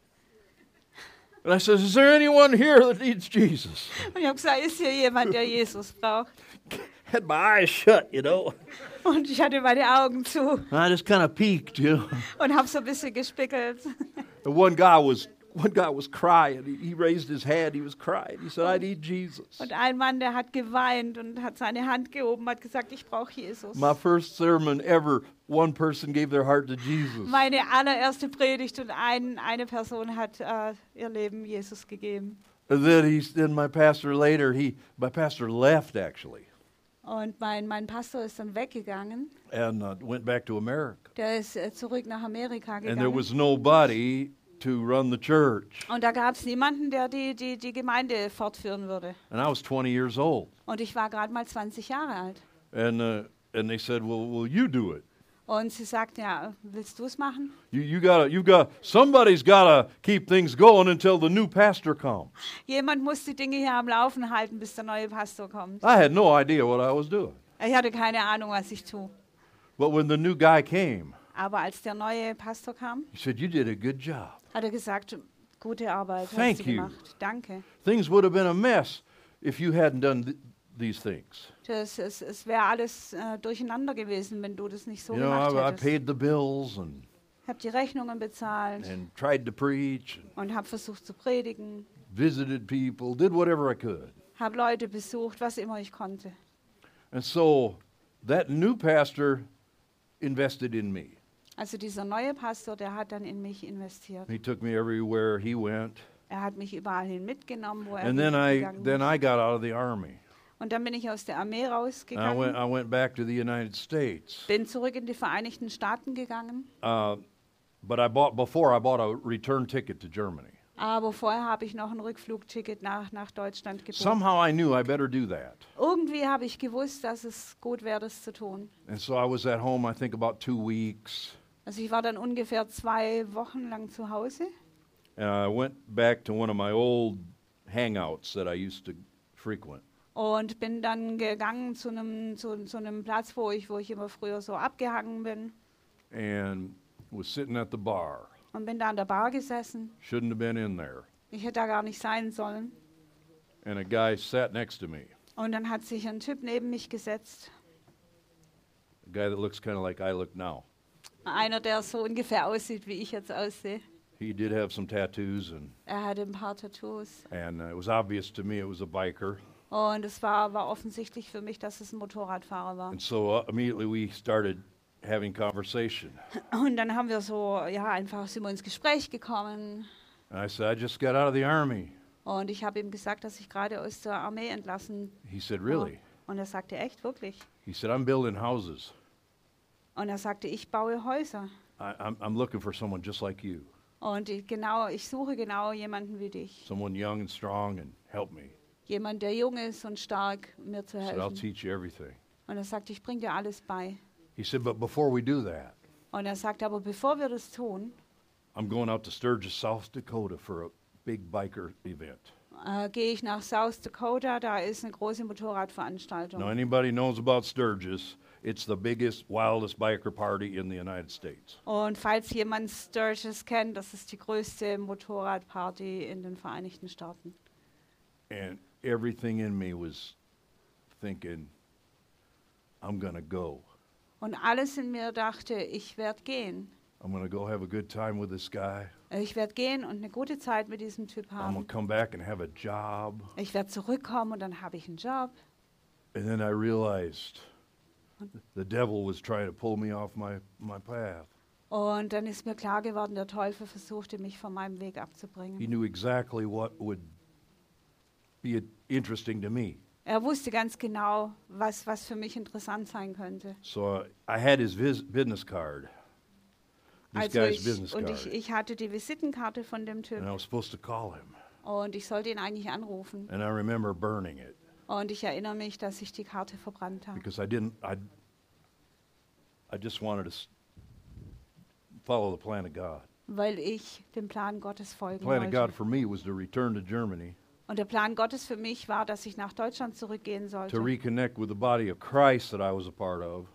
S1: And I said, Is there anyone here that needs Jesus?
S2: Und ich habe gesagt, ist hier jemand, der Jesus braucht?
S1: [laughs] Had my eyes shut, you know.
S2: Und ich hatte meine Augen zu
S1: I just kind of peeked, you know.
S2: und habe so ein bisschen gespickelt.
S1: And one guy was one guy was crying. He, he raised his hand. He was crying. He said, "I need Jesus."
S2: Und ein Mann, der hat geweint und hat seine Hand gehoben, hat gesagt, ich brauche Jesus.
S1: My first sermon ever, one person gave their heart to Jesus.
S2: Meine allererste Predigt und ein, eine Person hat äh, ihr Leben Jesus gegeben.
S1: Then he's then my pastor later he my pastor left actually
S2: Und mein, mein Pastor ist dann weggegangen.
S1: and uh, went back to America.
S2: Der ist äh, zurück nach Amerika
S1: And there
S2: gegangen.
S1: was nobody to run the church.
S2: Und da gab es niemanden, der die, die, die Gemeinde fortführen würde.
S1: And I was 20 years old.
S2: Und ich war gerade mal 20 Jahre alt.
S1: And uh, and they said, "Well, will you do it?
S2: Und sie sagten, ja, willst du es machen?
S1: You you got to you got somebody's got to keep things going until the new pastor comes."
S2: Jemand muss die Dinge hier am Laufen halten, bis der neue Pastor kommt.
S1: I had no idea what I was doing.
S2: Ich hatte keine Ahnung, was ich tue.
S1: But when the new guy came,
S2: Aber als der neue Pastor kam,
S1: he said, "You did a good job."
S2: hat er gesagt, gute Arbeit,
S1: Thank
S2: hast du
S1: you.
S2: gemacht. Danke.
S1: Things would have been a mess if you hadn't done th- these things.
S2: Das, es es wäre alles äh, durcheinander gewesen, wenn du das nicht so
S1: you know,
S2: gemacht
S1: I, I
S2: hättest.
S1: paid the bills and,
S2: Ich habe die Rechnungen bezahlt
S1: and tried to preach and
S2: und habe versucht zu predigen,
S1: visited people, did whatever I could.
S2: habe Leute besucht, was immer ich konnte.
S1: And so that new pastor invested in me.
S2: Also dieser neue Pastor, der hat dann in mich investiert.
S1: He took me everywhere he went.
S2: Er hat mich überall hin mitgenommen, wo er
S1: And then I,
S2: gegangen
S1: then
S2: ist.
S1: I got out of the army.
S2: Und dann bin ich aus der Armee
S1: And I went,
S2: rausgegangen,
S1: I went back to the United States.
S2: bin zurück in die Vereinigten Staaten gegangen.
S1: Uh, but I bought, before I bought a return ticket to Germany.
S2: Aber vorher habe ich noch ein Rückflugticket nach, nach Deutschland gebucht.
S1: Somehow I knew I better do that.
S2: Irgendwie habe ich gewusst, dass es gut wäre, das zu tun.
S1: And so I was at home, I think, about two weeks.
S2: Also ich war dann ungefähr zwei Wochen lang zu Hause
S1: And I went back to one of my old hangouts that I used to frequent.
S2: und bin dann gegangen zu einem, zu, zu einem Platz, wo ich, wo ich immer früher so abgehangen bin
S1: And was sitting at the bar.
S2: und bin da an der Bar gesessen.
S1: Shouldn't have been in there.
S2: Ich hätte da gar nicht sein sollen.
S1: And a guy sat next to me,
S2: Und dann hat sich ein Typ neben mich gesetzt.
S1: a guy that looks kind of like I look now.
S2: Einer, der so ungefähr aussieht, wie ich jetzt aussehe.
S1: He did have some tattoos, and,
S2: Er hatte ein paar Tattoos.
S1: and uh, it was obvious to me it was a biker.
S2: Und es war, war offensichtlich für mich, dass es ein Motorradfahrer war.
S1: And so uh, immediately we started having conversation.
S2: Und dann haben wir so, ja, einfach sind wir ins Gespräch gekommen.
S1: And I said, I just got out of the army.
S2: Und ich habe ihm gesagt, dass ich gerade aus der Armee entlassen
S1: He said,
S2: war.
S1: Really?
S2: Und er sagte, echt, wirklich.
S1: He said, I'm building houses.
S2: Und er sagte, ich baue Häuser.
S1: I, I'm, I'm looking for someone just like you,
S2: Und ich, genau, ich suche genau jemanden wie dich.
S1: someone young and strong, and help me.
S2: Jemand, der jung ist und stark, mir zu
S1: He said, I'll
S2: helfen.
S1: teach you everything.
S2: Und er sagte, ich bringe dir alles bei.
S1: He said, But before we do that,
S2: Und er sagte, aber bevor wir das tun,
S1: I'm going out to Sturgis, South Dakota for a big biker event.
S2: äh, gehe ich nach South Dakota. Da ist eine große
S1: Now,
S2: Motorradveranstaltung.
S1: anybody knows about Sturgis, it's the biggest, wildest biker party in the United States.
S2: Und falls jemand Sturgis kennt, das ist die größte Motorradparty in den Vereinigten Staaten.
S1: And everything in me was thinking, I'm going to go.
S2: Und alles in mir dachte, ich werde gehen.
S1: I'm going to go have a good time with this guy.
S2: Ich werde gehen und eine gute Zeit mit diesem Typ
S1: I'm going
S2: haben.
S1: to come back and have a job.
S2: Ich werde zurückkommen und dann habe ich einen Job.
S1: And then I realized the devil was trying to pull me off my, my path.
S2: Und dann ist mir klar geworden, der Teufel versuchte mich von meinem Weg
S1: He
S2: abzubringen.
S1: knew exactly what would be i- interesting to me.
S2: Er wusste ganz genau, was, was für mich interessant sein könnte.
S1: So uh, I had his vis- business card. This
S2: Also
S1: guy's business
S2: ich,
S1: card.
S2: und ich, ich hatte die Visitenkarte von dem
S1: and
S2: Typ
S1: I was supposed to call him.
S2: und ich sollte ihn eigentlich anrufen.
S1: And I remember burning it
S2: Und ich erinnere mich, dass ich die Karte verbrannt habe.
S1: because I didn't, I, I just wanted to s- follow the plan of God.
S2: weil ich dem Plan Gottes
S1: The
S2: folgen
S1: plan of God
S2: wollte.
S1: for me was to return to Germany,
S2: Und der Plan Gottes für mich war, dass ich nach Deutschland zurückgehen
S1: to
S2: sollte
S1: reconnect with the body of Christ that I was a part of.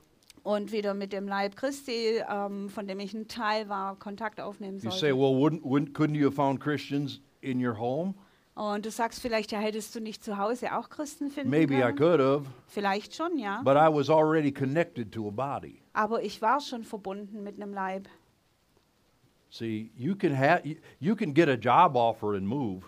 S2: und wieder mit dem Leib Christi, ähm, von dem ich ein Teil war, Kontakt aufnehmen
S1: You say,
S2: sollte.
S1: well, wouldn't, wouldn't, couldn't you have found Christians in your home?
S2: Und du sagst vielleicht, ja, hättest du nicht zu Hause auch Christen finden
S1: Maybe I
S2: können?
S1: could have,
S2: Vielleicht schon, ja.
S1: but I was already connected to a body.
S2: Aber ich war schon verbunden mit einem Leib.
S1: See, you can have, you can get a job offer and move,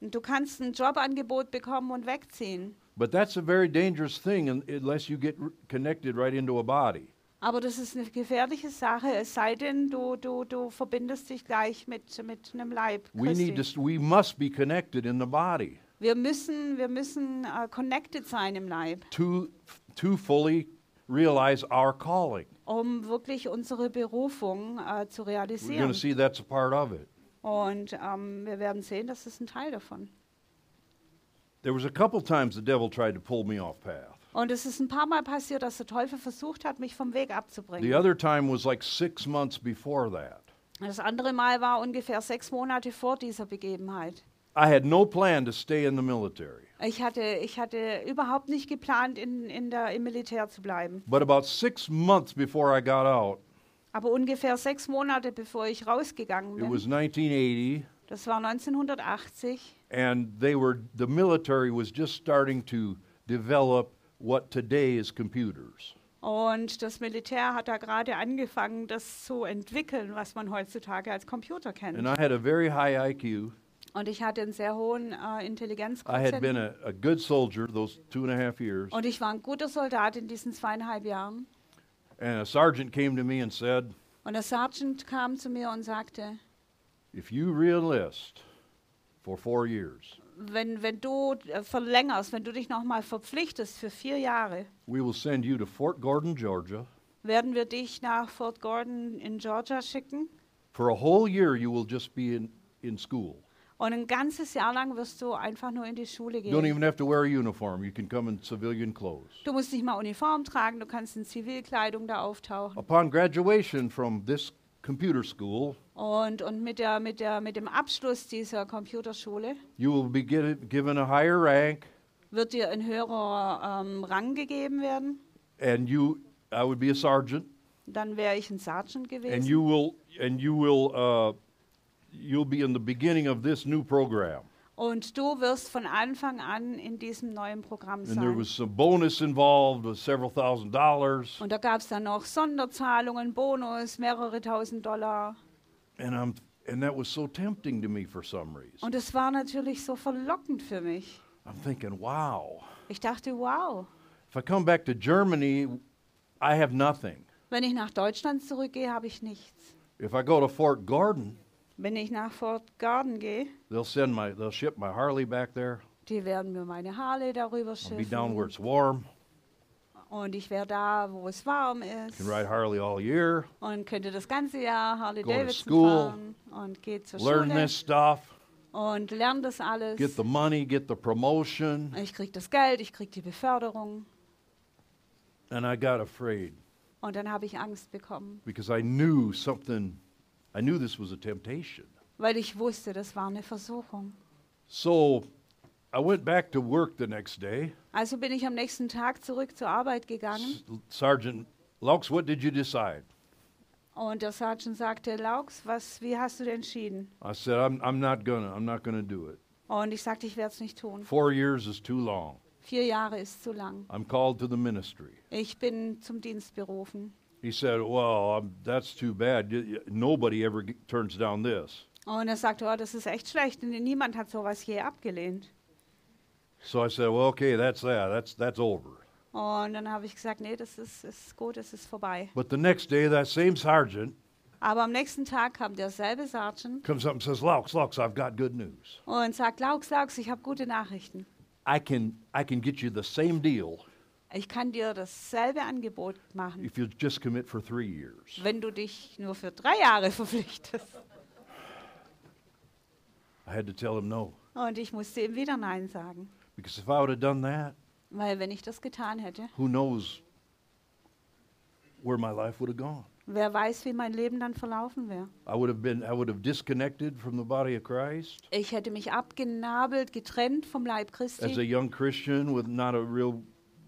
S2: Und du kannst ein Jobangebot bekommen und wegziehen.
S1: but that's a very dangerous thing un- unless you get r- connected right into a body.
S2: Aber das ist eine gefährliche Sache, es sei denn, du, du, du verbindest dich gleich mit, mit einem Leib.
S1: We need
S2: Christi.
S1: to, we must be connected in the body
S2: Wir müssen, wir müssen äh, connected sein im Leib,
S1: to, to fully realize our calling.
S2: um wirklich unsere Berufung äh, zu
S1: We're going
S2: realisieren.
S1: to see that's a part of it.
S2: Und ähm, wir werden sehen, das ist ein Teil davon.
S1: There was a couple times the devil tried to pull me off path.
S2: Und es ist ein paar Mal passiert, dass der Teufel versucht hat, mich vom Weg abzubringen.
S1: The other time was like six months before that.
S2: Das andere Mal war ungefähr sechs Monate vor dieser Begebenheit.
S1: I had no plan to stay in the military.
S2: Ich hatte, ich hatte überhaupt nicht geplant, in, in der, im Militär zu bleiben.
S1: But about six months before I got out,
S2: Aber ungefähr sechs Monate bevor ich rausgegangen
S1: it
S2: bin,
S1: was 1980,
S2: das war 1980,
S1: and they were the military was just starting to develop what today is computers.
S2: und das Militär hat da gerade angefangen, das zu entwickeln, was man heutzutage als Computer
S1: And
S2: kennt.
S1: I had a very high IQ.
S2: Und ich hatte einen sehr hohen
S1: I
S2: äh,
S1: had been
S2: Intelligenzquotienten.
S1: a, Oh, a good soldier those two and a half years.
S2: Und ich war ein guter Soldat in diesen zweieinhalb Jahren.
S1: And a sergeant came to me and said,
S2: Und der Sergeant kam zu mir und sagte,
S1: If you reenlist for four years,
S2: wenn, wenn du äh, verlängerst, wenn du dich nochmal verpflichtest für vier Jahre,
S1: we will send you to Fort Gordon, Georgia.
S2: werden wir dich nach Fort Gordon in Georgia schicken.
S1: For a whole year, you will just be in, in school.
S2: Und ein ganzes Jahr lang wirst du einfach nur in die Schule
S1: You don't
S2: gehen.
S1: even have to wear a uniform. You can come in civilian clothes.
S2: Du musst nicht mal Uniform tragen, du kannst in Zivilkleidung da auftauchen.
S1: Upon graduation from this computer school,
S2: Und, und mit, der, mit, der, mit dem Abschluss dieser Computerschule
S1: you will be get, given a higher rank,
S2: wird dir ein höherer ähm, Rang gegeben werden.
S1: and you, I would be a sergeant,
S2: Dann wäre ich ein Sergeant
S1: and
S2: gewesen.
S1: you will, and you will, uh, you'll be in the beginning of this new program.
S2: Und du wirst von Anfang an in diesem neuen Programm
S1: And there
S2: sein.
S1: was some bonus involved of several thousand dollars.
S2: Und da gab es dann noch Sonderzahlungen, Bonus, mehrere tausend Dollar.
S1: And I'm, and that was so tempting to me for some reason.
S2: Und es war natürlich so verlockend für mich.
S1: I'm thinking, wow,
S2: Ich dachte, wow,
S1: if I come back to Germany, I have nothing.
S2: wenn ich nach Deutschland zurückgehe, habe ich nichts.
S1: If I go to Fort Gordon,
S2: Wenn ich nach Fort Garden gehe,
S1: they'll send my, they'll ship my Harley back there.
S2: die werden mir meine Harley darüber
S1: I'll be down where
S2: schiffen.
S1: it's warm.
S2: Und ich wäre da, wo es warm ist.
S1: Can ride Harley all year.
S2: Und könnte das ganze Jahr Harley
S1: Go to
S2: Davidson
S1: school.
S2: fahren. Und gehe zur
S1: Learn
S2: Schule
S1: this stuff.
S2: und lerne das alles.
S1: Get the money. Get the promotion.
S2: Ich kriege das Geld, ich kriege die Beförderung.
S1: And I got afraid
S2: Und dann habe ich Angst bekommen,
S1: because I knew something. I knew this was a temptation.
S2: weil ich wusste, das war eine Versuchung.
S1: So I went back to work the next day.
S2: Also bin ich am nächsten Tag zurück zur Arbeit gegangen
S1: S- Sergeant Laux, what did you decide?
S2: und der Sergeant sagte, Laux, was, wie hast du denn entschieden?
S1: I said, I'm, I'm not gonna, I'm not gonna do it.
S2: Und ich sagte, ich werde es nicht tun.
S1: Four years is too long.
S2: Vier Jahre ist zu lang.
S1: I'm called to the ministry.
S2: Ich bin zum Dienst berufen.
S1: He said, well, um that's too bad. Y- y- Nobody ever g- turns down this.
S2: Und er sagte, oh, das ist echt schlecht, denn niemand hat sowas je abgelehnt.
S1: So I said, well, okay, that's that. That's, that's over.
S2: Und dann habe ich gesagt, nee, das ist, ist gut, es ist vorbei.
S1: But the next day, that same sergeant
S2: Aber am nächsten Tag kam derselbe Sergeant
S1: comes up and says, Laux, Laux, I've got good news.
S2: und sagt, Laux, Laux, ich habe gute Nachrichten.
S1: I can, I can get you the same deal
S2: Ich kann dir dasselbe Angebot machen,
S1: if you'll just commit for three years.
S2: wenn du dich nur für drei Jahre [laughs] verpflichtest.
S1: I had to tell him no.
S2: Und ich musste ihm wieder Nein sagen.
S1: Because if I would have done that,
S2: Weil wenn ich das getan hätte,
S1: who knows where my life would have gone.
S2: wer weiß, wie mein Leben dann verlaufen wäre.
S1: I would have been I would have disconnected from the body of Christ
S2: Ich hätte mich abgenabelt, getrennt vom Leib
S1: as a
S2: Christi.
S1: young Christian with not a real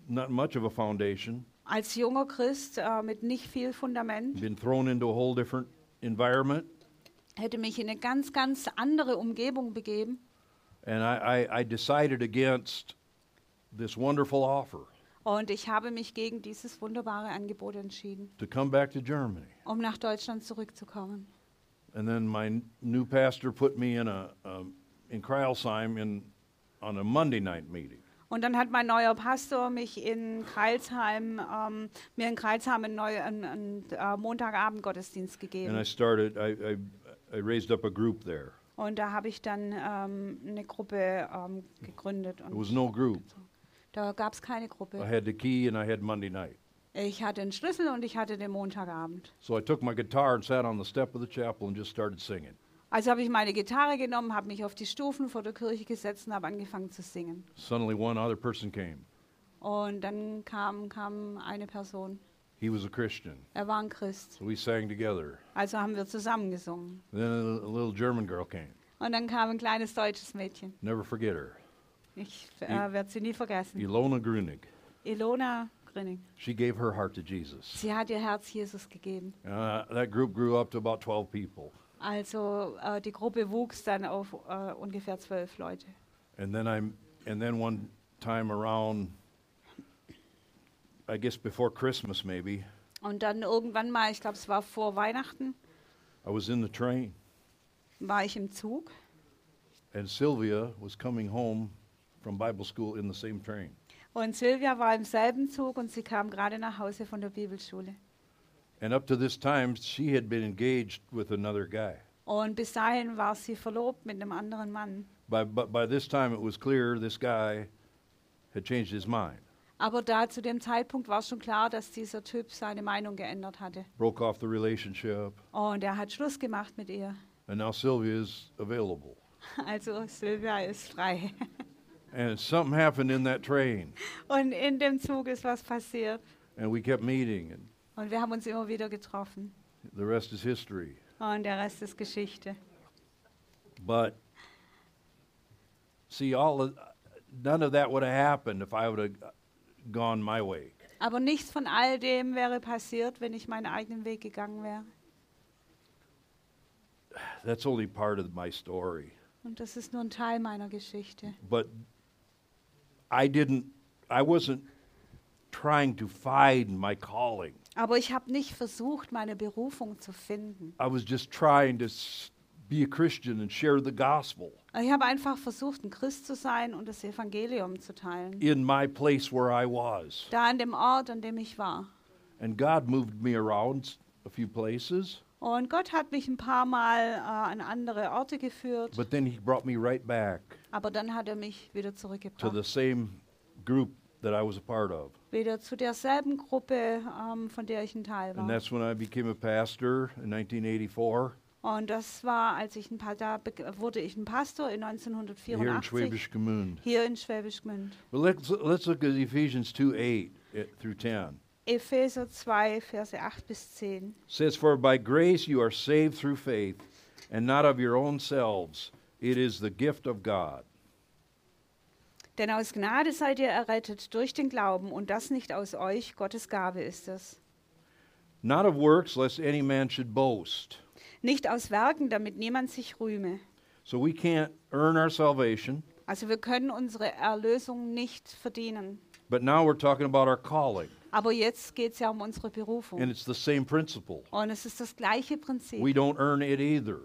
S1: not much of a foundation,
S2: Als junger Christ äh, mit nicht viel Fundament.
S1: been thrown into a whole different environment.
S2: Hätte mich in eine ganz, ganz andere Umgebung begeben.
S1: And I, I, I decided against this wonderful offer
S2: Und ich habe mich gegen dieses wunderbare Angebot entschieden,
S1: to come back to Germany.
S2: um nach Deutschland zurückzukommen.
S1: And then my n- new um, pastor put me in a, a in Kreilsheim in on a Monday night meeting.
S2: Und dann hat mein neuer Pastor mich in Kreilsheim, ähm, mir in Kreilsheim einen, neu, einen, einen äh, Montagabend Gottesdienst
S1: And I
S2: gegeben.
S1: started, I, I, I raised up a group there.
S2: Und da habe ich dann ähm, eine Gruppe ähm, gegründet.
S1: It
S2: Und
S1: was no group.
S2: da gab es keine
S1: I
S2: Gruppe.
S1: had the key and I had Monday night.
S2: Ich hatte den Schlüssel und ich hatte den Montagabend.
S1: So I took my guitar and sat on the step of the chapel and just started singing.
S2: Also habe ich meine Gitarre genommen, habe mich auf die Stufen vor der Kirche gesetzt und habe angefangen zu singen.
S1: Suddenly, one other person came.
S2: Und dann kam, kam eine Person.
S1: He was a Christian.
S2: Er war ein Christ.
S1: So we sang together.
S2: Also haben wir zusammen gesungen.
S1: Then a a little German girl came.
S2: Und dann kam ein kleines deutsches Mädchen.
S1: Never forget her.
S2: Ich äh, werde sie nie vergessen.
S1: Ilona Grunig.
S2: Ilona Grinning.
S1: She gave her heart to Jesus.
S2: Sie hat ihr Herz Jesus gegeben.
S1: Uh, that group grew up to about 12 people.
S2: Also äh, die Gruppe wuchs dann auf äh, ungefähr zwölf Leute.
S1: And then I'm, and then one time around, I guess before Christmas maybe,
S2: Und dann irgendwann mal, ich glaube es war vor Weihnachten,
S1: I was in the train
S2: war ich im Zug.
S1: and Sylvia was coming home from Bible school in the same train.
S2: Und Silvia war im selben Zug und sie kam gerade nach Hause von der Bibelschule.
S1: And up to this time, she had been engaged with another guy.
S2: Und bis dahin war sie verlobt mit einem anderen Mann.
S1: By, but by this time, it was clear this guy had changed his mind,
S2: Aber da zu dem Zeitpunkt war schon klar, dass dieser Typ seine Meinung geändert hatte.
S1: broke off the relationship,
S2: Und er hat Schluss gemacht mit ihr.
S1: and now Sylvia is available.
S2: Also Silvia ist frei.
S1: And something happened in that train,
S2: Und in dem Zug ist was passiert.
S1: and we kept meeting, and
S2: Und wir haben uns immer wieder getroffen.
S1: the rest is history.
S2: Und der Rest ist Geschichte.
S1: But see, all of, none of that would have happened if I would have gone my way.
S2: Aber nichts von all dem wäre passiert, wenn ich meinen eigenen Weg gegangen wäre.
S1: That's only part of my story.
S2: Und das ist nur ein Teil meiner Geschichte.
S1: But I didn't. I wasn't trying to find my calling.
S2: Aber ich habe nicht versucht, meine Berufung zu finden.
S1: I was just trying to s- be a Christian and share the gospel
S2: Ich habe einfach versucht, ein Christ zu sein und das Evangelium zu teilen.
S1: in my place where I was.
S2: Da an dem Ort, an dem ich war.
S1: And God moved me around s- a few places,
S2: Und Gott hat mich ein paar Mal äh, an andere Orte geführt,
S1: but then He brought me right back
S2: aber dann hat er mich wieder
S1: to
S2: zurückgebracht.
S1: the same group that I was a part of.
S2: wieder zu derselben Gruppe, ähm, von der ich ein Teil
S1: And
S2: war.
S1: that's when I became a pastor in 1984
S2: Und das war, als ich ein paar, da be- wurde ich ein Pastor in
S1: here in
S2: 1984
S1: Schwäbisch Gmünd.
S2: hier in Schwäbisch Gmünd.
S1: But let's, let's look at Ephesians 2 8 through 10.
S2: Epheser 2, Verse 8 bis 10.
S1: says, For by grace you are saved through faith, and not of your own selves. It is the gift of God.
S2: Denn aus Gnade seid ihr errettet durch den Glauben und das nicht aus euch, Gottes Gabe ist es.
S1: Not of works, lest any man should boast.
S2: Nicht aus Werken, damit niemand sich rühme.
S1: So we can't earn our salvation,
S2: Also wir können unsere Erlösung nicht verdienen.
S1: but now we're talking about our calling.
S2: Aber jetzt geht es ja um unsere
S1: And
S2: Berufung.
S1: it's the same principle.
S2: Und es ist das gleiche
S1: We
S2: Prinzip.
S1: don't earn it either.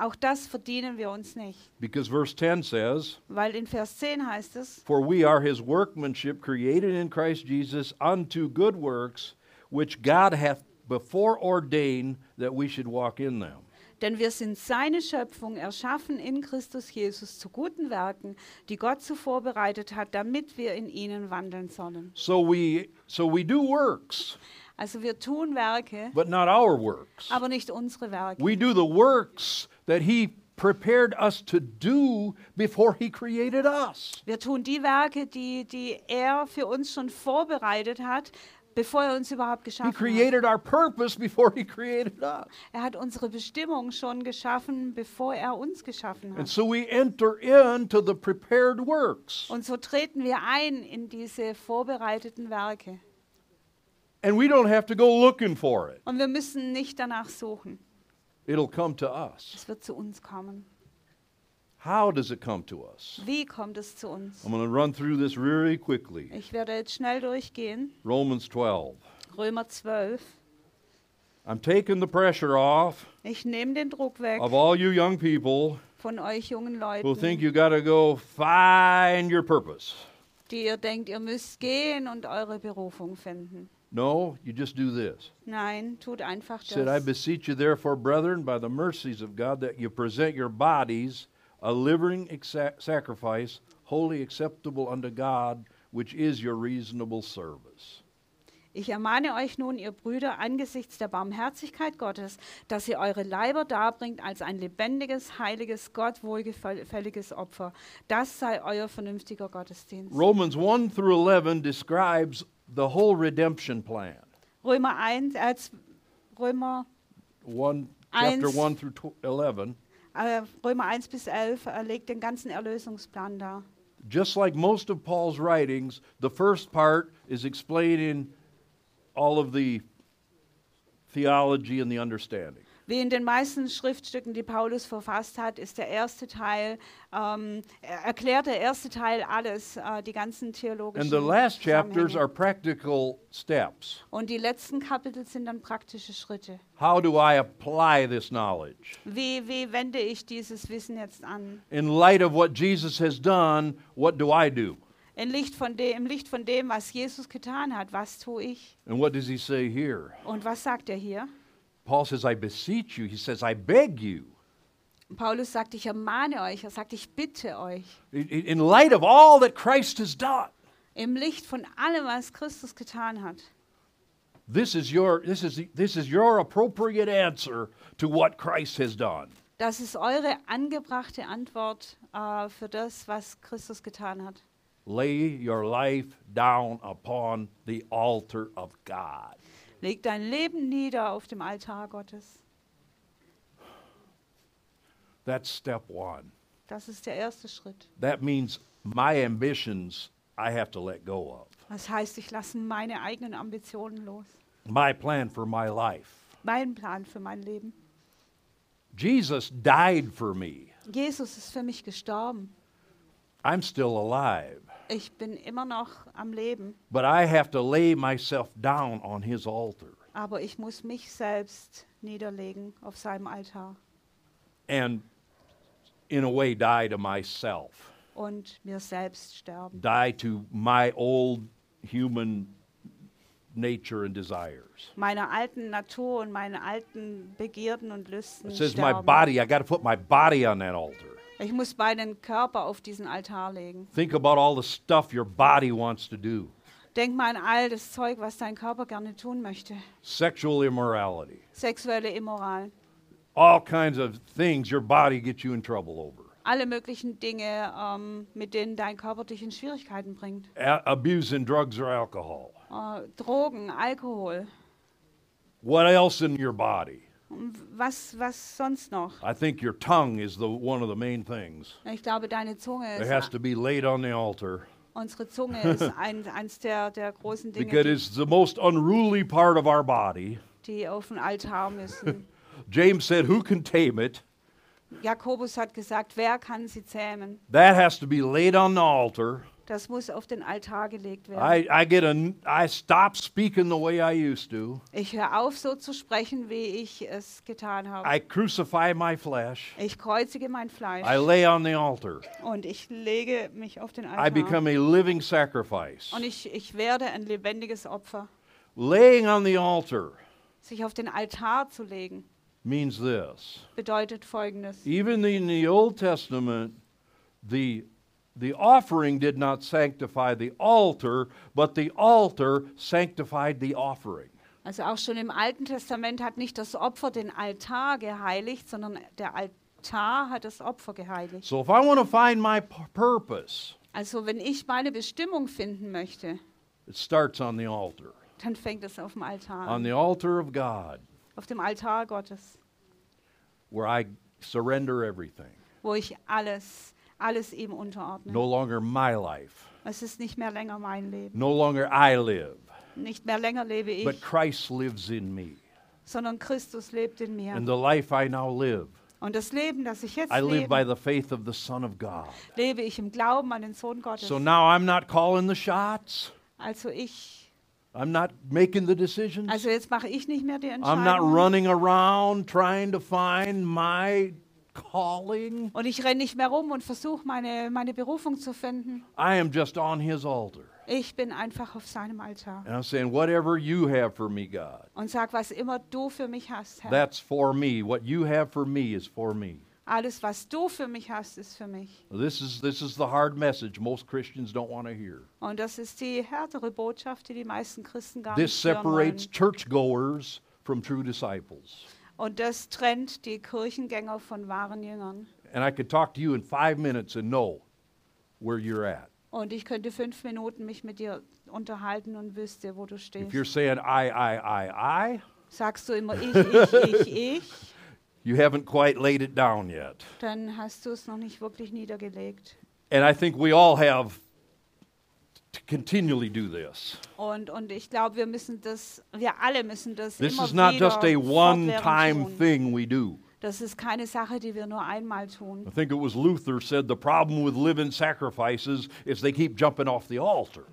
S2: Auch das verdienen wir uns nicht.
S1: Because verse 10 says,
S2: Weil in Vers 10 heißt es,
S1: For we are his workmanship, created in Christ Jesus unto good works, which God hath before ordained that we should walk in them.
S2: denn wir sind seine Schöpfung, erschaffen in Christus Jesus zu guten Werken, die Gott zuvor bereitet hat, damit wir in ihnen wandeln sollen.
S1: So we so we do works,
S2: Also wir tun Werke,
S1: but not our works.
S2: aber nicht unsere Werke.
S1: We do the works that he prepared us to do before he created us.
S2: Wir tun die Werke, die, die er für uns schon vorbereitet hat, bevor er uns überhaupt
S1: He
S2: geschaffen hat.
S1: created our purpose before he created us.
S2: Er hat unsere Bestimmung schon geschaffen, bevor er uns geschaffen
S1: And
S2: hat.
S1: so we enter into the prepared works.
S2: Und so treten wir ein in diese vorbereiteten Werke.
S1: And we don't have to go looking for it.
S2: Und wir müssen nicht danach suchen.
S1: It'll come to us.
S2: Es wird zu uns kommen.
S1: How does it come to us?
S2: Wie kommt es zu uns?
S1: I'm going to run through this really quickly.
S2: Ich werde jetzt schnell durchgehen.
S1: Romans 12.
S2: Römer 12.
S1: I'm taking the pressure off
S2: Ich nehme den Druck weg
S1: of all you young people
S2: von euch jungen
S1: who think
S2: Leuten,
S1: you got to go find your purpose.
S2: die ihr denkt, ihr müsst gehen und eure Berufung finden.
S1: No, you just do this.
S2: Nein, tut einfach
S1: It said, I
S2: das.
S1: beseech you, therefore, brethren, by the mercies of God, that you present your bodies a living exac- sacrifice, wholly acceptable unto God, which is your reasonable service.
S2: Ich ermahne euch nun, ihr Brüder, angesichts der Barmherzigkeit Gottes, dass ihr eure Leiber darbringt als ein lebendiges, heiliges, Gott wohlgefälliges Opfer. Das sei euer vernünftiger Gottesdienst.
S1: Romans 1 through 11 describes the whole redemption plan.
S2: Römer 1, äh, z- Römer,
S1: 1
S2: Eins.
S1: chapter 1 through tw- 11
S2: äh, Römer 1 bis 11 äh, legt den ganzen Erlösungsplan dar.
S1: just like most of Paul's writings, the first part is explaining all of the theology and the understanding.
S2: Wie in den meisten Schriftstücken, die Paulus verfasst hat, ist der erste Teil, ähm, er- erklärt der erste Teil alles, äh, die ganzen theologischen
S1: And the last chapters
S2: Zusammenhänge.
S1: are practical steps.
S2: Und die letzten Kapitel sind dann praktische Schritte.
S1: How do I apply this knowledge?
S2: Wie, wie wende ich dieses Wissen jetzt an?
S1: In light of what Jesus has done, what do I do?
S2: In Licht von de, Im Licht von dem, was Jesus getan hat, was tue ich?
S1: And what does he say here?
S2: Und was sagt er hier?
S1: Paul says, I beseech you. He says, I beg you.
S2: Paulus sagt, ich ermahne euch, er sagt, ich bitte euch.
S1: I- i- In light of all that Christ has done,
S2: Im Licht von allem, was Christus getan hat.
S1: this is your, this is, the- this is your appropriate answer to what Christ has done.
S2: Das ist eure angebrachte Antwort äh, für das, was Christus getan hat.
S1: Lay your life down upon the altar of God.
S2: Leg dein Leben nieder auf dem Altar Gottes.
S1: That's step one.
S2: Das ist der erste Schritt.
S1: That means my ambitions I have to let go of.
S2: Das heißt, ich lasse meine eigenen Ambitionen los.
S1: my plan for my life.
S2: Mein Plan für mein Leben.
S1: Jesus died for me.
S2: Jesus ist für mich gestorben.
S1: I'm still alive,
S2: Ich bin immer noch am Leben,
S1: but I have to lay myself down on his altar.
S2: aber ich muss mich selbst niederlegen auf seinem Altar
S1: And in a way, die to myself,
S2: und mir selbst sterben.
S1: die to my old human nature and desires.
S2: Meiner alten Natur und meinen alten Begierden und Lüsten
S1: It says, my
S2: sterben.
S1: body, I got to put my body on that altar.
S2: Ich muss meinen Körper auf diesen Altar legen.
S1: Think about all the stuff your body wants to do
S2: Denk mal an all das Zeug, was dein Körper gerne tun möchte.
S1: sexual immorality,
S2: Sexuelle Immoral,
S1: all kinds of things your body gets you in trouble over.
S2: alle möglichen Dinge, ähm, mit denen dein Körper dich in Schwierigkeiten bringt.
S1: a- abusing drugs or alcohol.
S2: Äh, Drogen, Alkohol,
S1: What else in your body?
S2: was, was sonst noch?
S1: I think your tongue is the one of the main things.
S2: Ich glaube, deine Zunge
S1: It has
S2: ist,
S1: to be laid on the altar [laughs]
S2: unsere Zunge ist ein, eins der, der großen Dinge,
S1: because
S2: die,
S1: it's the most unruly part of our body.
S2: die auf den
S1: [laughs]
S2: Altar müssen.
S1: James said, "Who can tame it?"
S2: Jakobus hat gesagt, wer kann sie zähmen?
S1: That has to be laid on the altar.
S2: Das muss auf den Altar gelegt werden.
S1: I, I get a n- I stop speaking the way I used to.
S2: ich höre auf, so zu sprechen, wie ich es getan habe.
S1: I crucify my flesh.
S2: ich kreuzige mein Fleisch
S1: I lay on the altar.
S2: und ich lege mich auf den
S1: I
S2: Altar.
S1: become a living sacrifice.
S2: Und ich, ich werde ein lebendiges Opfer.
S1: Laying on the altar
S2: Sich auf den Altar zu legen
S1: means this.
S2: bedeutet Folgendes.
S1: Even in the Old Testament, the, the offering did not sanctify the altar, but the altar sanctified the offering.
S2: Also auch schon im Alten Testament hat nicht das Opfer den Altar geheiligt, sondern der Altar hat das Opfer geheiligt.
S1: So if I want to find my p- purpose,
S2: Also wenn ich meine Bestimmung finden möchte,
S1: it starts on the altar,
S2: dann fängt es auf dem Altar
S1: on
S2: an,
S1: the altar of God,
S2: auf dem Altar Gottes,
S1: where I surrender everything.
S2: wo ich alles, alles ihm unterordne.
S1: No longer my life,
S2: Es ist nicht mehr länger mein Leben,
S1: no longer I live,
S2: nicht mehr länger lebe ich,
S1: but Christ lives in me.
S2: sondern Christus lebt in mir.
S1: And the life I now live,
S2: Und das Leben, das ich jetzt
S1: I live by
S2: lebe,
S1: the faith of the Son of God.
S2: lebe ich im Glauben an den Sohn Gottes.
S1: So now I'm not calling the shots.
S2: Also ich,
S1: I'm not making the decisions.
S2: also jetzt mache ich nicht mehr die
S1: I'm not
S2: Entscheidung.
S1: running around trying to find my calling.
S2: Und ich renne nicht mehr rum und versuche, meine, meine Berufung zu finden.
S1: I am just on his altar.
S2: Ich bin einfach auf seinem Altar
S1: And I'm saying, whatever you have for me, God,
S2: und sag, was immer du für mich hast, Herr.
S1: that's for me. What you have for me is for me.
S2: Alles, was du für mich hast, ist für mich.
S1: This is, this is the hard message most Christians don't want to hear.
S2: Und das ist die härtere Botschaft, die die meisten Christen gar
S1: This
S2: nicht hören wollen.
S1: separates churchgoers from true disciples.
S2: Und das trennt die Kirchengänger von wahren Jüngern.
S1: And I could talk to you in five minutes and know where you're at.
S2: Und ich könnte fünf Minuten mich mit dir unterhalten und wüsste, wo du
S1: If you're
S2: stehst.
S1: saying, I, I, I, I,
S2: Sagst du immer ich,
S1: [laughs]
S2: ich, ich, ich,
S1: you haven't quite laid it down yet.
S2: dann hast du es noch nicht wirklich niedergelegt.
S1: And I think we all have to continually do this.
S2: Und, und ich glaube, wir müssen das, wir alle müssen das
S1: This
S2: immer
S1: is not
S2: wieder
S1: just a one time
S2: fortwährend tun.
S1: thing we do.
S2: Das ist keine Sache, die wir nur einmal
S1: I
S2: tun.
S1: think it was Luther said the problem with living sacrifices is they keep jumping off the altar.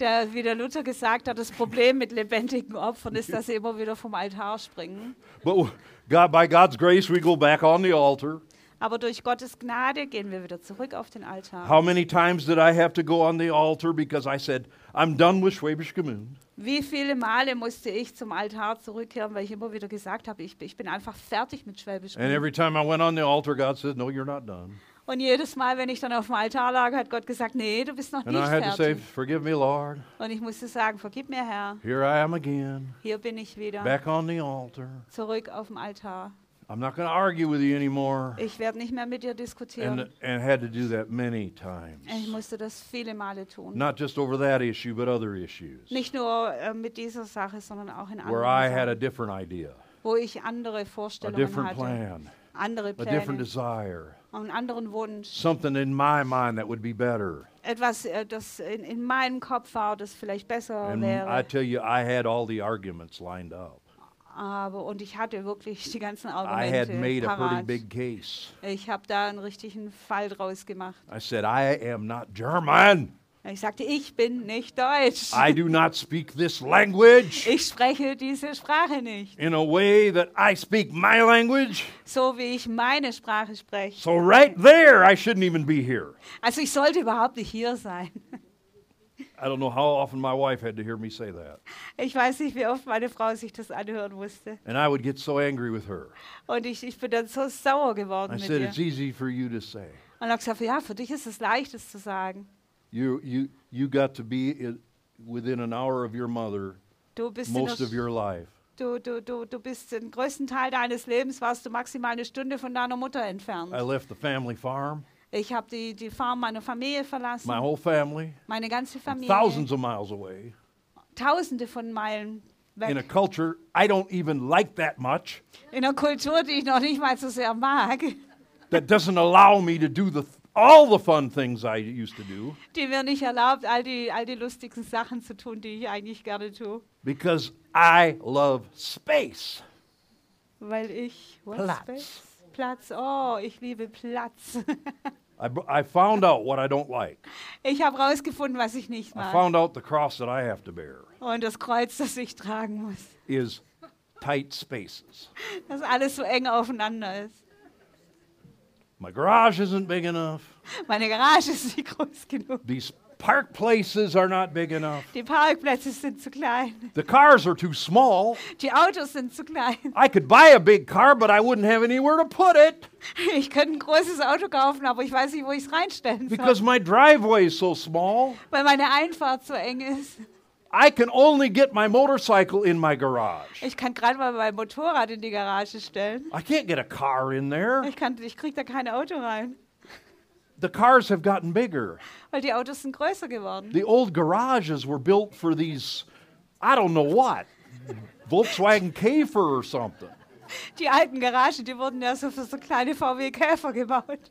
S2: Der, wie der Luther gesagt hat, das Problem mit lebendigen Opfern ist, dass sie immer wieder vom Altar springen.
S1: But w- God, by God's grace, we go back on the altar.
S2: Aber durch Gottes Gnade gehen wir wieder zurück auf den Altar.
S1: How many times did I have to go on the altar because I said, I'm done with Schwäbisch Gmünd?
S2: Wie viele Male musste ich zum Altar zurückkehren, weil ich immer wieder gesagt habe, ich, ich bin einfach fertig mit Schwäbisch.
S1: And every time I went on the altar, God said, No, you're not done.
S2: Und jedes Mal, wenn ich dann auf dem Altar lag, hat Gott gesagt, nee, du bist noch
S1: And I
S2: nicht
S1: had to say,
S2: fertig.
S1: Forgive me, Lord.
S2: Und ich musste sagen, vergib mir, Herr,
S1: Here I am again,
S2: hier bin ich wieder,
S1: back on the altar.
S2: zurück auf dem Altar.
S1: I'm not going to argue with you anymore.
S2: Ich werde nicht mehr mit dir
S1: And,
S2: diskutieren.
S1: and had to do that many times.
S2: Ich musste das viele Male tun.
S1: Not just over that issue, but other issues
S2: Nicht nur äh, mit dieser Sache, sondern auch in
S1: where I
S2: anderen
S1: had a
S2: Sachen,
S1: different idea,
S2: wo ich andere
S1: a
S2: Vorstellungen
S1: different
S2: hatte,
S1: plan,
S2: andere
S1: a different
S2: Pläne,
S1: desire,
S2: einen anderen Wunsch.
S1: something in my mind that would be better.
S2: etwas, äh, das in, in meinem Kopf war, das vielleicht besser
S1: And Ähm, I
S2: wäre.
S1: tell you, I had all the arguments lined up.
S2: Aber, und ich hatte wirklich die ganzen
S1: I had made
S2: Argumente
S1: a pretty
S2: parat.
S1: big case.
S2: Ich habe da einen richtigen Fall draus gemacht.
S1: I said, I am not German.
S2: Ich sagte, ich bin nicht deutsch.
S1: I do not speak this language
S2: Ich spreche diese Sprache nicht.
S1: in a way that I speak my language.
S2: So wie ich meine Sprache spreche.
S1: So, right there, I shouldn't even be here.
S2: Also ich sollte überhaupt nicht hier sein.
S1: I don't know how often my wife had to hear me say that.
S2: Ich weiß nicht, wie oft meine Frau sich das anhören musste.
S1: And I would get so angry with her.
S2: Und ich, ich bin dann so sauer geworden
S1: I
S2: mit
S1: said,
S2: ihr.
S1: It's easy for you to say.
S2: Und habe gesagt, ja, für dich ist es leicht, es zu sagen.
S1: You, you, you got to be i- within an hour of your mother
S2: Du bist in
S1: most
S2: der
S1: of your life.
S2: Du, du, du, du bist den größten Teil deines Lebens, warst du maximal eine Stunde von deiner Mutter entfernt.
S1: I left the family farm,
S2: ich habe die, die Farm meiner Familie verlassen,
S1: my whole family,
S2: meine ganze Familie,
S1: thousands of miles away,
S2: tausende von Meilen
S1: in a
S2: weg,
S1: culture I don't even like that much.
S2: in einer Kultur, die ich noch nicht mal so sehr mag, [laughs]
S1: that doesn't allow me to do the all the fun things I used to do
S2: die mir nicht erlaubt, all die, all die lustigen Sachen zu tun, die ich eigentlich gerne tue,
S1: because I love space.
S2: weil ich What
S1: Platz.
S2: space? Platz, oh, ich liebe Platz. [laughs]
S1: I, b- I found out what I don't like.
S2: ich habe rausgefunden, was ich nicht
S1: I
S2: mag.
S1: found out the cross that I have to bear
S2: Und das Kreuz, das ich tragen muss,
S1: is tight spaces.
S2: dass alles so eng aufeinander ist.
S1: My garage isn't big enough.
S2: Meine Garage ist nicht groß genug.
S1: These park places are not big enough.
S2: Die Parkplätze sind zu klein.
S1: The cars are too small.
S2: Die Autos sind zu klein.
S1: I could buy a big car, but I wouldn't have anywhere to put it
S2: Ich könnte ein großes Auto kaufen, aber ich weiß nicht, wo ich es reinstellen soll,
S1: because my driveway is so small.
S2: weil meine Einfahrt so eng ist.
S1: I can only get my motorcycle in my garage.
S2: Ich kann gerade mal mein Motorrad in die Garage stellen.
S1: I can't get a car in there.
S2: Ich, kann- ich kriege da kein Auto rein,
S1: the cars have gotten bigger.
S2: weil die Autos sind größer geworden.
S1: The old garages were built for these, I don't know what, Volkswagen Käfer or something.
S2: Die alten Garagen, die wurden ja so für so kleine VW-Käfer gebaut.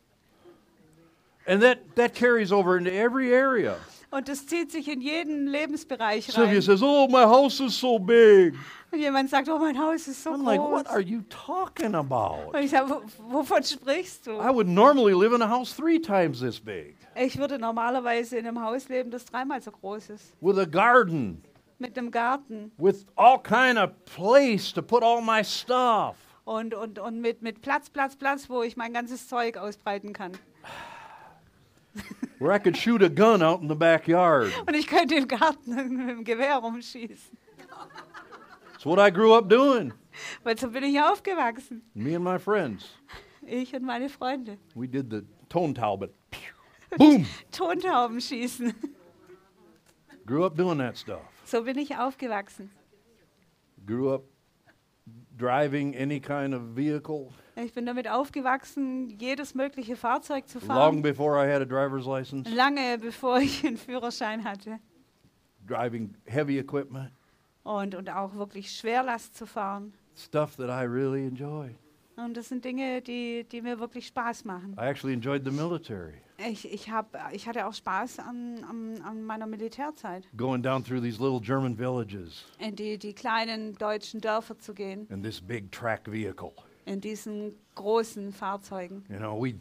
S1: And that, that carries over into every area.
S2: Und das zieht sich in jeden Lebensbereich
S1: Sylvia
S2: rein.
S1: says, Oh, my house is so big.
S2: Und jemand sagt, oh, mein Haus ist so
S1: I'm like, What are
S2: groß.
S1: you talking about?
S2: Und ich sage, "Wo- wovon sprichst du?
S1: I would normally live in a house three times this big
S2: Ich würde normalerweise in einem Haus leben, das dreimal so groß ist,
S1: with a garden,
S2: mit einem Garten
S1: with all kind of place to put all my stuff.
S2: und, und, und mit, mit Platz, Platz, Platz, wo ich mein ganzes Zeug ausbreiten kann.
S1: where I could shoot a gun out in the backyard.
S2: Und ich könnte im Garten [laughs] mit dem Gewehr rumschießen.
S1: That's what I grew up doing.
S2: Weil so bin ich aufgewachsen.
S1: Me and my friends,
S2: Ich und meine Freunde.
S1: we did the tone talbot. Boom!
S2: Tontauben schießen. [laughs]
S1: Grew up doing that stuff.
S2: So bin ich aufgewachsen.
S1: Grew up driving any kind of vehicle
S2: Ich bin damit aufgewachsen, jedes mögliche Fahrzeug zu
S1: long
S2: fahren.
S1: before I had a driver's license,
S2: Lange bevor ich einen Führerschein hatte.
S1: driving heavy equipment,
S2: Und, und auch wirklich Schwerlast zu fahren.
S1: stuff that I really enjoyed.
S2: Und das sind Dinge, die, die mir wirklich Spaß machen.
S1: I actually enjoyed the military,
S2: Ich, ich, hab, ich hatte auch Spaß an, an, an meiner Militärzeit.
S1: going down through these little German villages
S2: In die, die kleinen deutschen Dörfer zu gehen.
S1: in this big track vehicle.
S2: In diesen großen Fahrzeugen.
S1: You know, we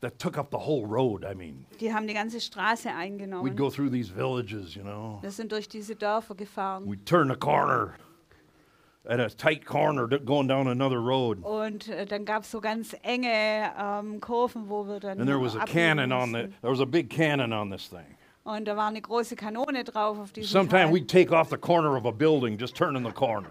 S1: that took up the whole road. I mean,
S2: Die haben die ganze Straße
S1: we'd
S2: eingenommen.
S1: go through these villages, you know.
S2: Wir sind durch diese Dörfer gefahren.
S1: We'd turn a corner at a tight corner d- going down another road.
S2: Und äh, dann gab es so ganz enge ähm, Kurven, wo wir dann.
S1: And there was a
S2: abbiegen
S1: cannon on the
S2: mussten.
S1: there was a big cannon on this thing.
S2: Und da war eine große Kanone drauf auf diesem
S1: Sometimes
S2: Teil.
S1: we'd take off the corner of a building just turning the corner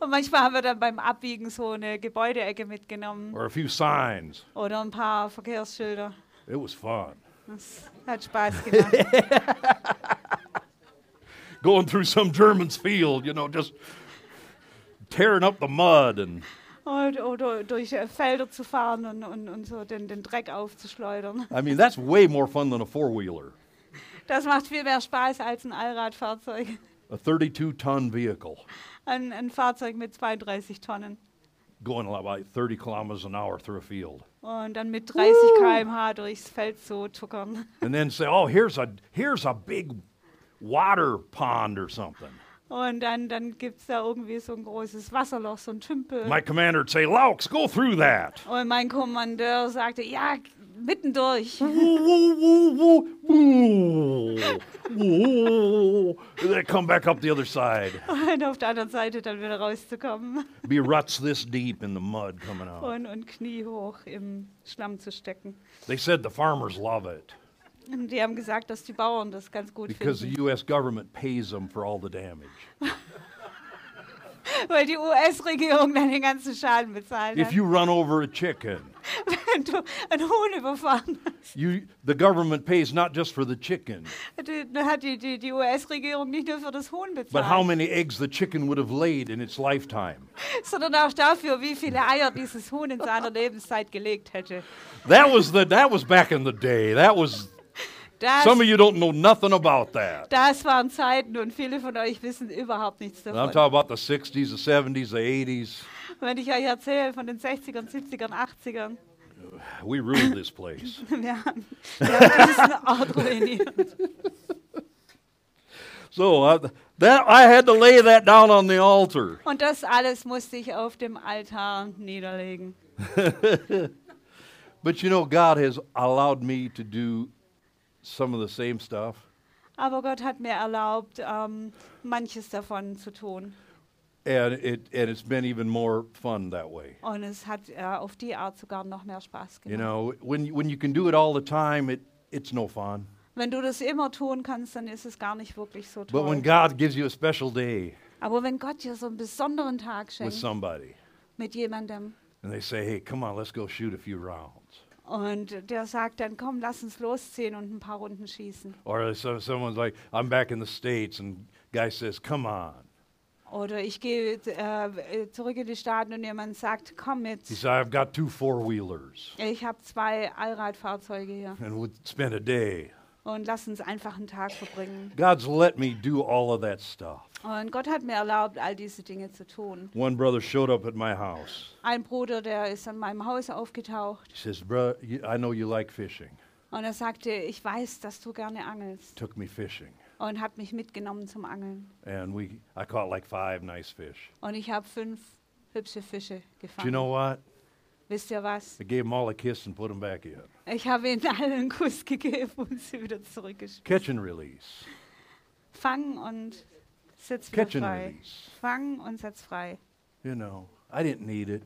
S2: Und manchmal haben wir dann beim Abbiegen so eine Gebäudeecke mitgenommen
S1: or a few signs.
S2: oder ein paar Verkehrsschilder.
S1: It was fun.
S2: Das hat Spaß gemacht.
S1: Going through some German's field, you know, just tearing up the mud and
S2: und, oder Oh, durch äh, Felder zu fahren und, und, und so den, den Dreck aufzuschleudern.
S1: I mean that's way more fun than a four-wheeler.
S2: Das macht viel mehr Spaß als ein Allradfahrzeug.
S1: A 32-ton vehicle
S2: Ein, ein Fahrzeug mit 32 Tonnen.
S1: going about 30 kilometers an hour through a field.
S2: Und dann mit 30 km/h durchs Feld so tuckern.
S1: and then say, "Oh, here's a here's a big water pond or something."
S2: Und dann, dann gibt es da irgendwie so ein großes Wasserloch, so ein Tümpel.
S1: My commander'd say, "Laux, go through that."
S2: Und mein Kommandeur sagte, ja, mittendurch.
S1: Woo, woo, woo, woo, woo, woo. And then come back up the other side.
S2: Und auf der anderen Seite dann wieder rauszukommen
S1: Be ruts this deep in the mud coming out.
S2: und, und kniehoch im Schlamm zu stecken.
S1: They said the farmers love it
S2: Und die haben gesagt, dass die Bauern das ganz gut
S1: because the
S2: finden.
S1: U.S. government pays them for all the damage.
S2: Weil die US-Regierung dann den ganzen Schaden bezahlt
S1: If
S2: hat.
S1: you run over a chicken,
S2: Wenn [laughs] du einen Huhn überfahren hast,
S1: you the government pays not just for the chicken,
S2: die- dann hat die, die, die US-Regierung nicht nur für das Huhn
S1: but how
S2: bezahlt,
S1: many eggs the chicken would have laid in its lifetime.
S2: sondern auch dafür, wie viele Eier dieses Huhn in seiner Lebenszeit gelegt hätte.
S1: That was the that was back in the day. That was
S2: Das
S1: some of you don't know nothing about that.
S2: Das waren Zeiten und viele von euch wissen überhaupt nichts
S1: And I'm
S2: davon.
S1: talking about the 60s, the 70s, the 80s.
S2: Wenn ich euch erzähle von den 60ern, 70ern, 80ern,
S1: We ruled this place.
S2: [laughs] wir haben, wir haben diesen Ort ruiniert.
S1: So I, that I had to lay that down on the altar.
S2: Und das alles musste ich auf dem Altar niederlegen.
S1: But you know, God has allowed me to do some of the same stuff.
S2: Aber Gott hat mir erlaubt, ähm, manches davon zu tun.
S1: And it and it's been even more fun that way.
S2: Und es hat äh, auf die Art sogar noch mehr Spaß
S1: You
S2: gemacht.
S1: know, when when you can do it all the time, it it's no fun.
S2: Wenn du das immer tun kannst, dann ist es gar nicht wirklich so
S1: But when
S2: toll.
S1: God gives you a special day
S2: Aber wenn Gott dir so einen besonderen Tag
S1: with
S2: schenkt
S1: somebody
S2: mit jemandem
S1: and they say, "Hey, come on, let's go shoot a few rounds."
S2: und der sagt dann, komm, lass uns losziehen und ein paar Runden schießen.
S1: Or so, someone's like, I'm back in the States, and guy says, Come on.
S2: Oder ich gehe äh, zurück in die Staaten und jemand sagt, komm mit.
S1: He said, I've got two four wheelers,
S2: Ich habe zwei Allradfahrzeuge hier
S1: and we'll spend a day.
S2: und lass uns einfach einen Tag verbringen.
S1: God's let me do all of that stuff.
S2: Und Gott hat mir erlaubt, all diese Dinge zu tun.
S1: One brother showed up at my house.
S2: Ein Bruder, der ist an meinem Haus aufgetaucht
S1: He says, Bro, you- I know you like fishing.
S2: und er sagte, ich weiß, dass du gerne angelst
S1: Took me fishing,
S2: und hat mich mitgenommen zum Angeln.
S1: and we I caught like five nice fish.
S2: Und ich habe fünf hübsche Fische
S1: Do
S2: gefangen.
S1: you know what?
S2: Wisst ihr was?
S1: I gave them all a kiss and put them back in.
S2: Ich habe ihnen allen einen Kuss gegeben und sie wieder zurückgeschickt.
S1: Catch and release.
S2: Fangen und setz wieder
S1: Catch and
S2: frei.
S1: release.
S2: Fangen und setz frei.
S1: You know, I didn't need it.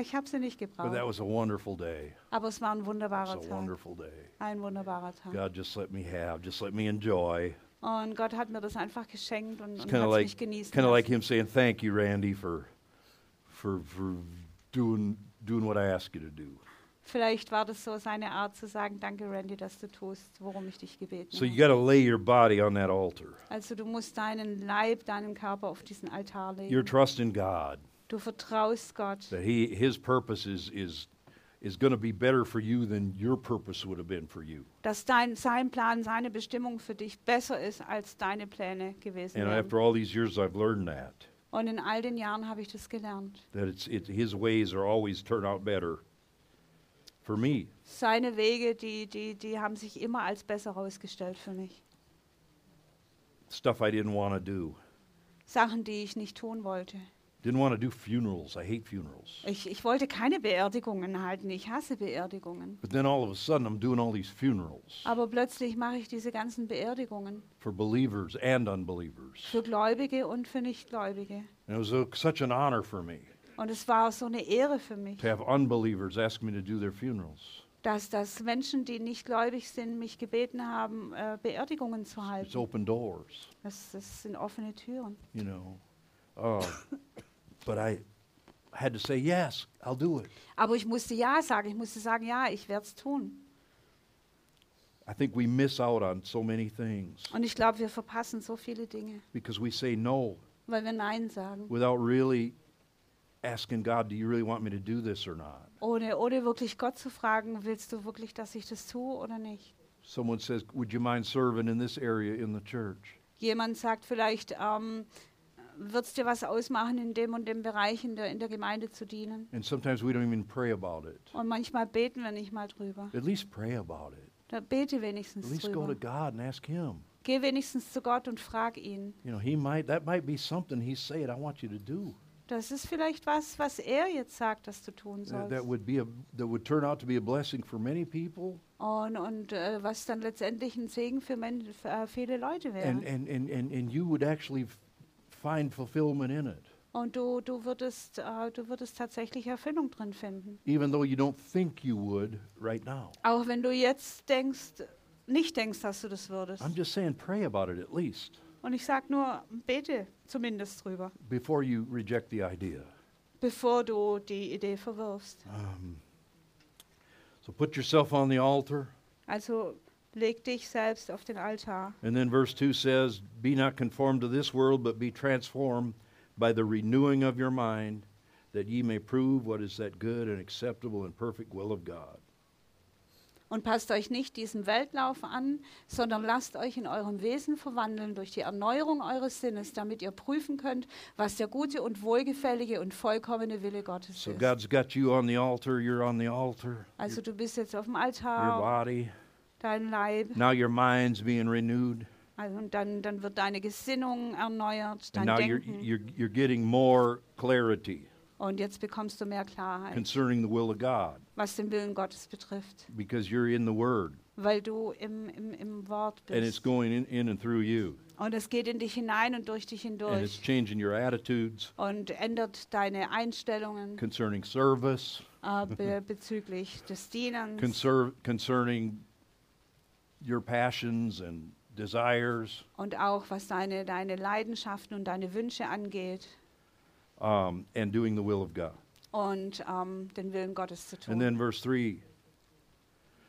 S2: Ich habe sie nicht
S1: But that
S2: gebraucht.
S1: was a wonderful day.
S2: Aber es war ein
S1: It
S2: wunderbarer
S1: was a
S2: Tag.
S1: wonderful day.
S2: Ein wunderbarer Tag.
S1: God just let me have, just let me enjoy.
S2: Und Gott hat mir das einfach geschenkt und,
S1: It's
S2: und
S1: kind
S2: hat
S1: of
S2: es
S1: like
S2: mich genießen
S1: kind of like him
S2: lassen.
S1: saying, "Thank you, Randy, for for for doing doing what I asked you to do."
S2: Vielleicht war das so seine Art zu sagen, danke Randy, dass du tust, worum ich dich gebeten
S1: So you
S2: habe.
S1: got to lay your body on that altar.
S2: Also du musst deinen Leib, deinen Körper auf diesen Altar
S1: You're
S2: legen.
S1: trusting God
S2: Du vertraust Gott,
S1: that he his purpose is is is going to be better for you than your purpose would have been for you.
S2: dass dein, sein Plan, seine Bestimmung für dich besser ist, als deine Pläne gewesen
S1: And
S2: wären.
S1: after all these years I've learned that
S2: Und in all den Jahren habe ich das gelernt.
S1: that it's it his ways are always turn out better for me.
S2: Seine Wege, die, die, die haben sich immer als besser herausgestellt für mich.
S1: Stuff I didn't want to do.
S2: Sachen, die ich nicht tun wollte.
S1: Didn't want to do funerals. I hate funerals.
S2: Ich, ich wollte keine Beerdigungen halten. Ich hasse Beerdigungen.
S1: But then all of a sudden I'm doing all these funerals
S2: Aber plötzlich mache ich diese ganzen Beerdigungen
S1: for believers and unbelievers.
S2: für Gläubige und für Nichtgläubige.
S1: And it was a, such an honor for me
S2: Und es war so eine Ehre für mich,
S1: to have unbelievers ask me to do their funerals.
S2: dass, dass Menschen, die nicht gläubig sind, mich gebeten haben, äh, Beerdigungen zu
S1: It's
S2: halten.
S1: open doors,
S2: Das, das sind offene Türen.
S1: you know. Uh, [coughs] but I had to say yes, I'll do it.
S2: Aber ich musste Ja sagen. Ich musste sagen, ja, ich werde es tun.
S1: I think we miss out on so many things
S2: Und ich glaube, wir verpassen so viele Dinge,
S1: because we say no
S2: weil wir Nein sagen,
S1: without really asking God, do you really want me to do this or not?
S2: ohne, ohne wirklich Gott zu fragen, willst du wirklich, dass ich das tue oder nicht?
S1: Someone says, would you mind serving in this area in the church?
S2: Jemand sagt vielleicht, ähm, wird es dir was ausmachen, in dem und dem Bereich in der, in der Gemeinde zu dienen?
S1: And sometimes we don't even pray about it.
S2: Und manchmal beten wir nicht mal drüber.
S1: At least pray about it.
S2: Da bete
S1: At
S2: wenigstens
S1: least go to
S2: drüber.
S1: God and ask Him.
S2: Geh wenigstens zu Gott und frag ihn.
S1: You know, He might, that might be something He's saying, I want you to do.
S2: Das ist vielleicht was, was er jetzt sagt, dass du tun
S1: That,
S2: sollst.
S1: that would be a, that would turn out to be a blessing for many people.
S2: und und äh, was dann letztendlich ein Segen für, Men für äh, viele Leute wäre.
S1: And, and, and, and, and you would actually f- find fulfillment in it,
S2: Und du, du, würdest, äh, du würdest tatsächlich Erfüllung drin finden.
S1: even though you don't think you would right now.
S2: Auch wenn du jetzt denkst, nicht denkst, dass du das würdest.
S1: I'm just saying, pray about it at least
S2: Und ich sage nur, bete zumindest drüber,
S1: before you reject the idea.
S2: bevor du die Idee verwirfst.
S1: Um, so put yourself on the altar.
S2: Also leg dich selbst auf den Altar.
S1: And then verse 2 says, Be not conformed to this world, but be transformed by the renewing of your mind, that ye may prove what is that good and acceptable and perfect will of God.
S2: Und passt euch nicht diesem Weltlauf an, sondern lasst euch in eurem Wesen verwandeln durch die Erneuerung eures Sinnes, damit ihr prüfen könnt, was der gute und wohlgefällige und vollkommene Wille Gottes
S1: So
S2: ist.
S1: God's got you on the altar, you're on the altar,
S2: also du bist jetzt auf dem
S1: your
S2: Altar,
S1: body.
S2: dein Leib,
S1: Now your mind's being renewed.
S2: also und dann, dann wird deine Gesinnung erneuert,
S1: And
S2: dein
S1: now you're,
S2: Denken.
S1: you're, you're getting more clarity
S2: und jetzt bekommst du mehr Klarheit,
S1: concerning the will of God
S2: was den Willen Gottes betrifft,
S1: because you're in the Word
S2: weil du im, im, im Wort
S1: and it's
S2: bist.
S1: going in, in and through you.
S2: Und es geht in dich hinein und durch dich
S1: And it's
S2: hindurch
S1: changing your attitudes
S2: und ändert deine Einstellungen.
S1: concerning service.
S2: äh, be bezüglich des Dienens,
S1: conser- concerning your passions and desires.
S2: und auch was deine, deine Leidenschaften und deine Wünsche angeht
S1: Um, and doing the will of God.
S2: und ähm, den Willen Gottes zu tun.
S1: And then verse 3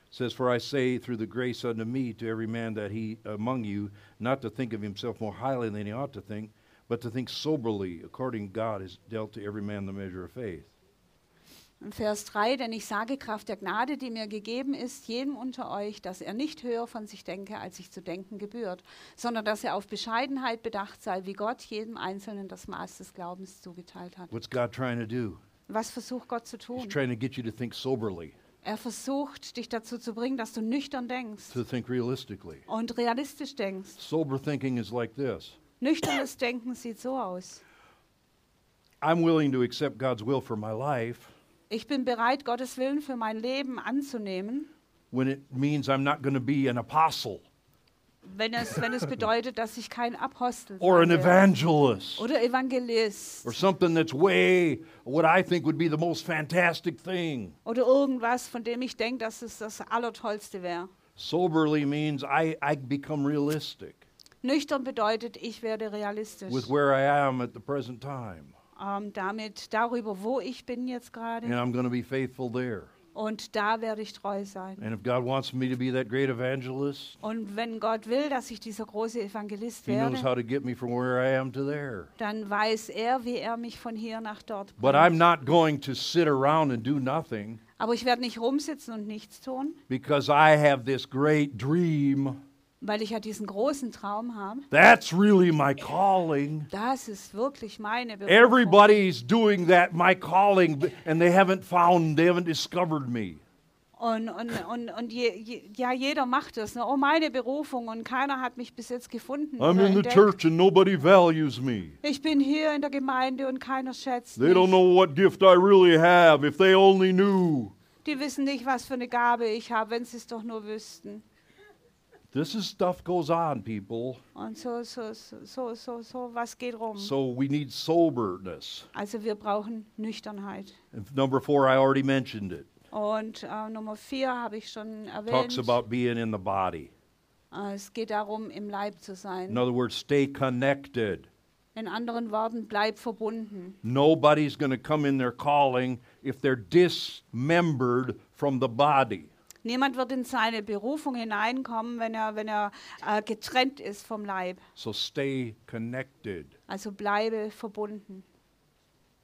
S1: says, For I say through the grace unto me to every man that he among you, not to think of himself more highly than he ought to think, but to think soberly, according God has dealt to every man the measure of faith.
S2: In Vers 3, denn ich sage Kraft der Gnade, die mir gegeben ist, jedem unter euch, dass er nicht höher von sich denke, als sich zu denken gebührt, sondern dass er auf Bescheidenheit bedacht sei, wie Gott jedem Einzelnen das Maß des Glaubens zugeteilt hat.
S1: What's God trying to do?
S2: Was versucht Gott zu
S1: He's
S2: tun?
S1: trying to get you to think soberly,
S2: Er versucht, dich dazu zu bringen, dass du nüchtern denkst
S1: to think realistically.
S2: und realistisch denkst.
S1: Sober thinking is like this
S2: Nüchternes Denken sieht so aus.
S1: I'm willing to accept God's will for my life.
S2: Ich bin bereit, Gottes Willen für mein Leben anzunehmen,
S1: when it means I'm not going to be an apostle
S2: wenn es, wenn
S1: [laughs]
S2: es bedeutet, dass ich kein Apostel
S1: or an
S2: sein will.
S1: evangelist
S2: oder Evangelist
S1: or something that's way what I think would be the most fantastic thing.
S2: oder irgendwas, von dem ich denke, dass es das Allertollste wäre.
S1: Soberly means I, I become realistic
S2: Nüchtern bedeutet, ich werde realistisch
S1: with where I am at the present time,
S2: ähm, damit darüber, wo ich bin jetzt gerade
S1: and I'm going to be faithful there.
S2: und da werde ich treu sein.
S1: And if God wants me to be that great evangelist,
S2: Und wenn Gott will, dass ich dieser große Evangelist
S1: He knows
S2: werde,
S1: how to get me from where I am to there.
S2: dann weiß er, wie er mich von hier nach dort
S1: But I'm
S2: bringt.
S1: not going to sit around and do nothing
S2: Aber ich werde nicht rumsitzen und nichts tun,
S1: because I have this great dream.
S2: weil ich ja diesen großen Traum habe.
S1: That's really my calling.
S2: Das ist wirklich meine Berufung.
S1: Everybody's doing that, my calling, b- and they haven't found, they haven't discovered me.
S2: Und, und, und, und je, je, ja, jeder macht das. Ne? Oh, meine Berufung und keiner hat mich bis jetzt gefunden.
S1: I'm
S2: oder
S1: in the
S2: entdeckt.
S1: church and nobody values me.
S2: Ich bin hier in der Gemeinde und keiner schätzt
S1: They don't
S2: mich.
S1: know what gift I really have. If they only knew.
S2: Die wissen nicht, was für eine Gabe ich habe, wenn sie es doch nur wüssten.
S1: This is stuff goes on, people.
S2: Und so, so, so, so, so, so was geht rum.
S1: So we need soberness.
S2: Also wir brauchen Nüchternheit.
S1: And number four, I already mentioned it.
S2: Und äh, Nummer vier habe ich schon
S1: Talks
S2: erwähnt.
S1: about being in the body.
S2: Äh, es geht darum, im Leib zu sein.
S1: In other words, stay connected.
S2: In anderen Worten, bleib verbunden.
S1: Nobody's going to come in their calling if they're dismembered from the body.
S2: Niemand wird in seine Berufung hineinkommen, wenn er, wenn er äh, getrennt ist vom Leib.
S1: So stay connected.
S2: Also bleibe verbunden.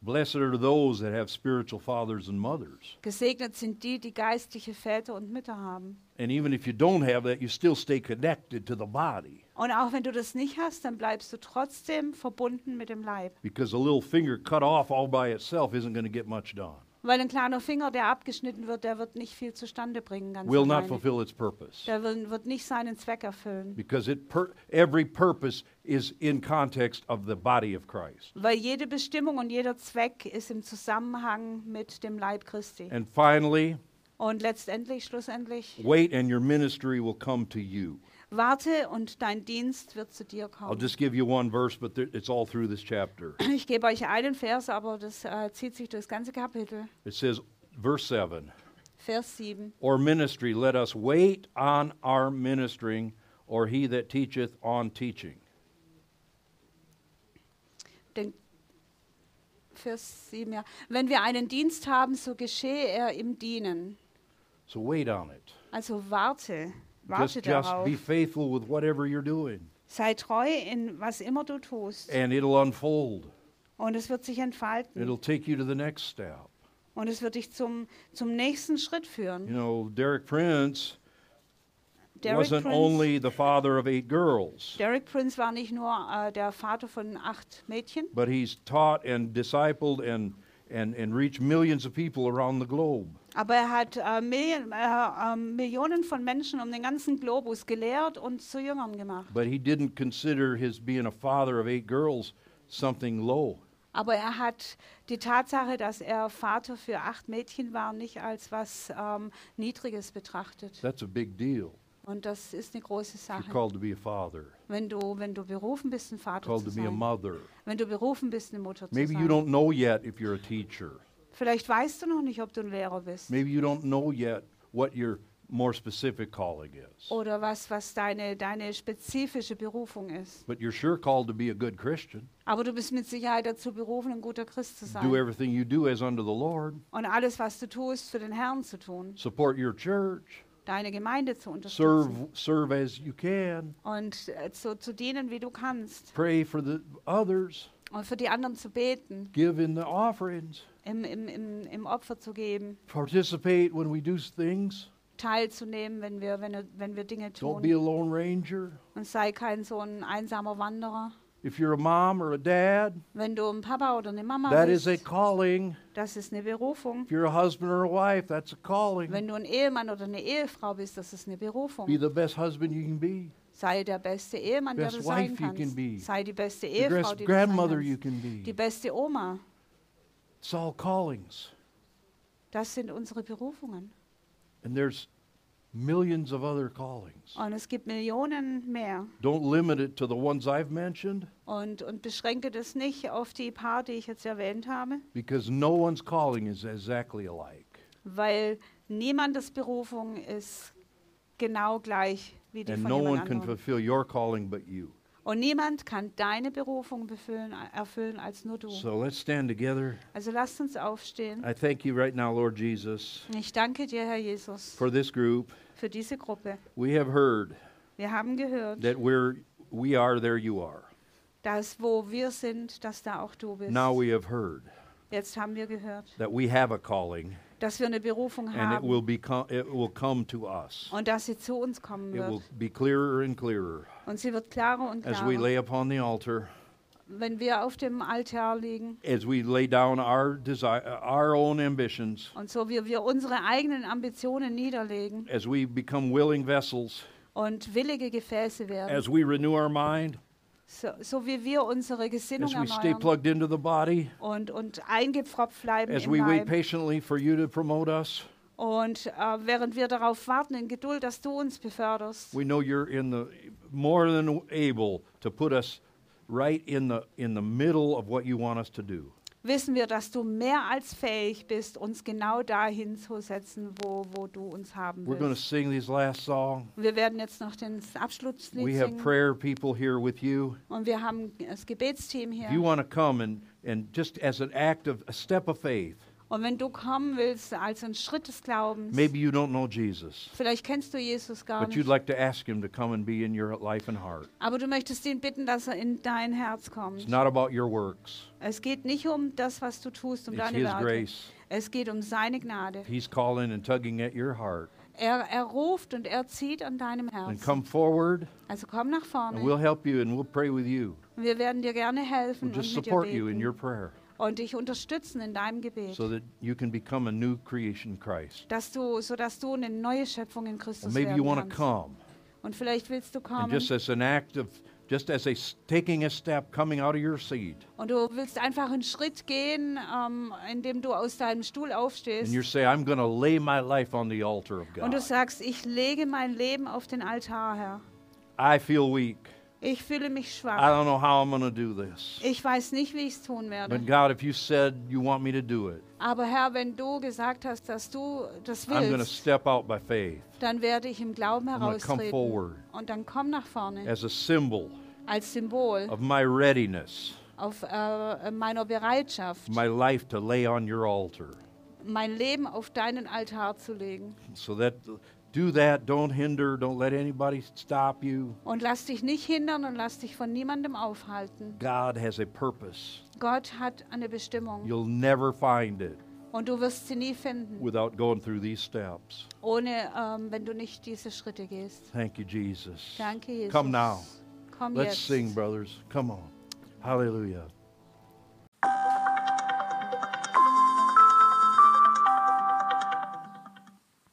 S1: Blessed are those that have spiritual fathers and mothers.
S2: Gesegnet sind die, die geistliche Väter und Mütter haben.
S1: And even if you don't have that, you still stay connected to the body
S2: Und auch wenn du das nicht hast, dann bleibst du trotzdem verbunden mit dem Leib.
S1: because a little finger cut off all by itself isn't going to get much done.
S2: Weil ein kleiner Finger, der abgeschnitten wird, der wird nicht viel zustande bringen. Ganz
S1: Will not
S2: alleine.
S1: fulfill its purpose
S2: Der will, wird nicht seinen Zweck erfüllen.
S1: because it per- every purpose is in context of the body of Christ.
S2: Weil jede Bestimmung und jeder Zweck ist im Zusammenhang mit dem Leib Christi.
S1: And finally,
S2: Und letztendlich, schlussendlich,
S1: wait and your ministry will come to you.
S2: warte und dein Dienst wird zu dir
S1: I'll
S2: kommen.
S1: just give you one verse, but there, it's all through this chapter.
S2: [clears throat] Ich gebe euch einen Vers, aber das äh, zieht sich durch das ganze Kapitel.
S1: It says, verse 7
S2: Vers 7.
S1: Or ministry, let us wait on our ministering, or he that teacheth on teaching.
S2: Denn Vers 7, ja. Wenn wir einen Dienst haben, so geschehe er im Dienen.
S1: So wait on it.
S2: Also warte, warte
S1: Just, just
S2: darauf.
S1: be faithful with whatever you're doing,
S2: Sei treu in was immer du tust.
S1: and it'll unfold.
S2: Und es wird sich entfalten.
S1: It'll take you to the next step.
S2: Und es wird dich zum, zum nächsten Schritt
S1: You
S2: führen.
S1: know, Derek Prince
S2: Derek
S1: wasn't
S2: Prince,
S1: only the father of eight girls,
S2: Derek Prince war nicht nur äh, der Vater von acht Mädchen,
S1: but he's taught and discipled and, and, and reached millions of people around the globe.
S2: aber er hat äh, Millionen, äh, äh, Millionen von Menschen um den ganzen Globus gelehrt und zu Jüngern gemacht.
S1: But he didn't consider his being a father of eight girls something low.
S2: Aber er hat die Tatsache, dass er Vater für acht Mädchen war, nicht als was ähm, Niedriges betrachtet.
S1: That's a big deal.
S2: Und das ist eine große
S1: You're
S2: Sache.
S1: called to be a father,
S2: Wenn du, wenn du berufen bist, ein Vater
S1: called
S2: zu
S1: to be a
S2: sein.
S1: mother.
S2: Wenn du berufen bist, eine Mutter zu
S1: Maybe you
S2: sein.
S1: don't know yet if you're a teacher.
S2: Vielleicht weißt du noch nicht, ob du ein Lehrer bist.
S1: Maybe you don't know yet what your more specific calling is.
S2: Oder was, was deine, deine spezifische Berufung ist.
S1: But you're sure called to be a good Christian.
S2: Aber du bist mit Sicherheit dazu berufen, ein guter Christ zu
S1: Do
S2: sein.
S1: everything you do as unto the Lord.
S2: Und alles, was du tust, für den Herrn zu tun.
S1: Support your church.
S2: Deine Gemeinde zu
S1: Serve,
S2: unterstützen.
S1: serve as you can.
S2: Und äh, zu, zu dienen, wie du kannst.
S1: Pray for the others.
S2: und für die anderen zu beten,
S1: Give in the offerings.
S2: im, im, im, im Opfer zu geben,
S1: Participate when we do things.
S2: teilzunehmen, wenn wir, wenn, wir- wenn wir Dinge
S1: Don't be
S2: tun.
S1: a lone ranger.
S2: Und sei kein so ein einsamer Wanderer.
S1: If you're a mom or a dad,
S2: Wenn du ein Papa oder eine Mama
S1: that is
S2: bist,
S1: a calling.
S2: das ist eine Berufung.
S1: If you're a husband or a wife, that's a calling.
S2: Wenn du ein Ehemann oder eine Ehefrau bist, das ist eine
S1: Be
S2: Berufung.
S1: the best husband you can be,
S2: Sei der beste Ehemann, der
S1: Best
S2: du sein
S1: wife you can be.
S2: kannst. Sei die beste
S1: the
S2: Ehefrau,
S1: best
S2: die du sein
S1: grandmother you
S2: kannst.
S1: can
S2: Die
S1: be.
S2: beste Oma.
S1: It's all callings.
S2: Das sind unsere Berufungen.
S1: And there's millions of other callings.
S2: Und es gibt Millionen mehr.
S1: Don't limit it to the ones I've mentioned
S2: Und, und beschränke das nicht auf die paar, die ich jetzt erwähnt habe,
S1: because no one's calling is exactly alike.
S2: weil niemandes Berufung ist genau gleich wie die
S1: And
S2: von
S1: no
S2: jemand
S1: one can
S2: anderem.
S1: fulfill your calling but you.
S2: Und niemand kann deine Berufung befüllen, erfüllen als nur du.
S1: So let's stand together.
S2: Also lasst uns aufstehen.
S1: I thank you right now, Lord Jesus,
S2: Ich danke dir, Herr Jesus,
S1: for this group.
S2: für diese Gruppe.
S1: We have heard
S2: Wir haben gehört,
S1: that we're we are there you are.
S2: dass wo wir sind, dass da auch du bist.
S1: Now we have heard
S2: Jetzt haben wir gehört,
S1: that we have a calling
S2: dass wir eine Berufung
S1: and it
S2: haben
S1: will become it will come to us.
S2: und dass sie zu uns kommen
S1: It will
S2: wird.
S1: be clearer and clearer
S2: Und sie wird klarer und
S1: as we
S2: klarer.
S1: lay upon the altar,
S2: Wenn wir auf dem Altar liegen
S1: as we lay down our desire, our own ambitions,
S2: und so wie wir unsere eigenen Ambitionen niederlegen
S1: as we become willing vessels,
S2: und willige Gefäße werden,
S1: as we renew our mind,
S2: so, so wie wir unsere Gesinnung
S1: as we stay
S2: erneuern
S1: plugged into the body,
S2: und, und eingepfropft bleiben
S1: as
S2: im
S1: we wait
S2: Leib.
S1: patiently for you to promote us.
S2: Und äh, während wir darauf warten in Geduld, dass du uns beförderst,
S1: We know you're in the more than able to put us right in the in the middle of what you want us to do.
S2: wissen wir, dass du mehr als fähig bist, uns genau dahin zu setzen, wo, wo du uns haben
S1: We're going to
S2: willst.
S1: sing this last song.
S2: Wir werden jetzt noch den Abschlusslied
S1: We have
S2: singen
S1: prayer people here with you.
S2: und wir haben das Gebetsteam
S1: If you
S2: hier.
S1: want to come and and just as an act of a step of faith,
S2: Und wenn du kommen willst als ein Schritt des Glaubens,
S1: maybe you don't know Jesus,
S2: vielleicht kennst du Jesus gar
S1: but you'd
S2: nicht,
S1: like to ask him to come and be in your life and heart.
S2: aber du möchtest ihn bitten, dass er in dein Herz kommt.
S1: It's not about your works.
S2: Es geht nicht um das, was du tust, um
S1: It's
S2: deine
S1: his
S2: Werke.
S1: grace.
S2: Es geht um seine Gnade.
S1: He's calling and tugging at your heart.
S2: Er, er ruft und er zieht an deinem
S1: And
S2: Herzen.
S1: come forward,
S2: Also komm nach vorne.
S1: and we'll help you, and we'll pray with you.
S2: Wir werden dir gerne helfen
S1: We'll just
S2: und mit dir
S1: support you in your
S2: beten
S1: prayer.
S2: und dich unterstützen in deinem Gebet,
S1: so that you can become a new creation in Christ.
S2: dass du, sodass du eine neue Schöpfung in
S1: Or
S2: Christus
S1: maybe you want
S2: werden
S1: to
S2: kannst.
S1: come,
S2: Und vielleicht willst du
S1: and
S2: kommen
S1: just as an act of, just as a s- taking a step, coming out of your seat,
S2: und du willst einfach einen Schritt gehen, ähm, indem du aus deinem Stuhl
S1: and you
S2: aufstehst
S1: say, "I'm going to lay my life on the altar of
S2: und
S1: God."
S2: du sagst, ich lege mein Leben auf den Altar, Herr.
S1: I feel weak.
S2: Ich fühle mich
S1: I
S2: schwach.
S1: don't know how I'm going to do this.
S2: Ich weiß nicht, wie ich es tun
S1: But
S2: werde.
S1: God, if you said you want me to do it,
S2: Aber Herr, wenn du gesagt hast, dass du das
S1: I'm going to
S2: willst,
S1: step out by faith
S2: dann werde ich im Glauben
S1: gonna come forward.
S2: heraustreten. Und dann komm nach vorne
S1: as a symbol
S2: als Symbol
S1: of my readiness,
S2: auf äh, meiner Bereitschaft,
S1: my life to lay on your altar.
S2: mein Leben auf deinen Altar zu legen.
S1: So that, do that. Don't hinder. Don't let anybody stop you.
S2: Und lass dich nicht hindern und lass dich von niemandem aufhalten.
S1: God has a purpose.
S2: Gott hat eine Bestimmung
S1: You'll never find it
S2: und du wirst sie nie finden,
S1: without going through these steps.
S2: ohne ähm, wenn du nicht diese Schritte gehst.
S1: Thank you, Jesus.
S2: Danke, Jesus.
S1: Come now.
S2: Komm
S1: Let's
S2: jetzt.
S1: sing, brothers. Come on. Hallelujah.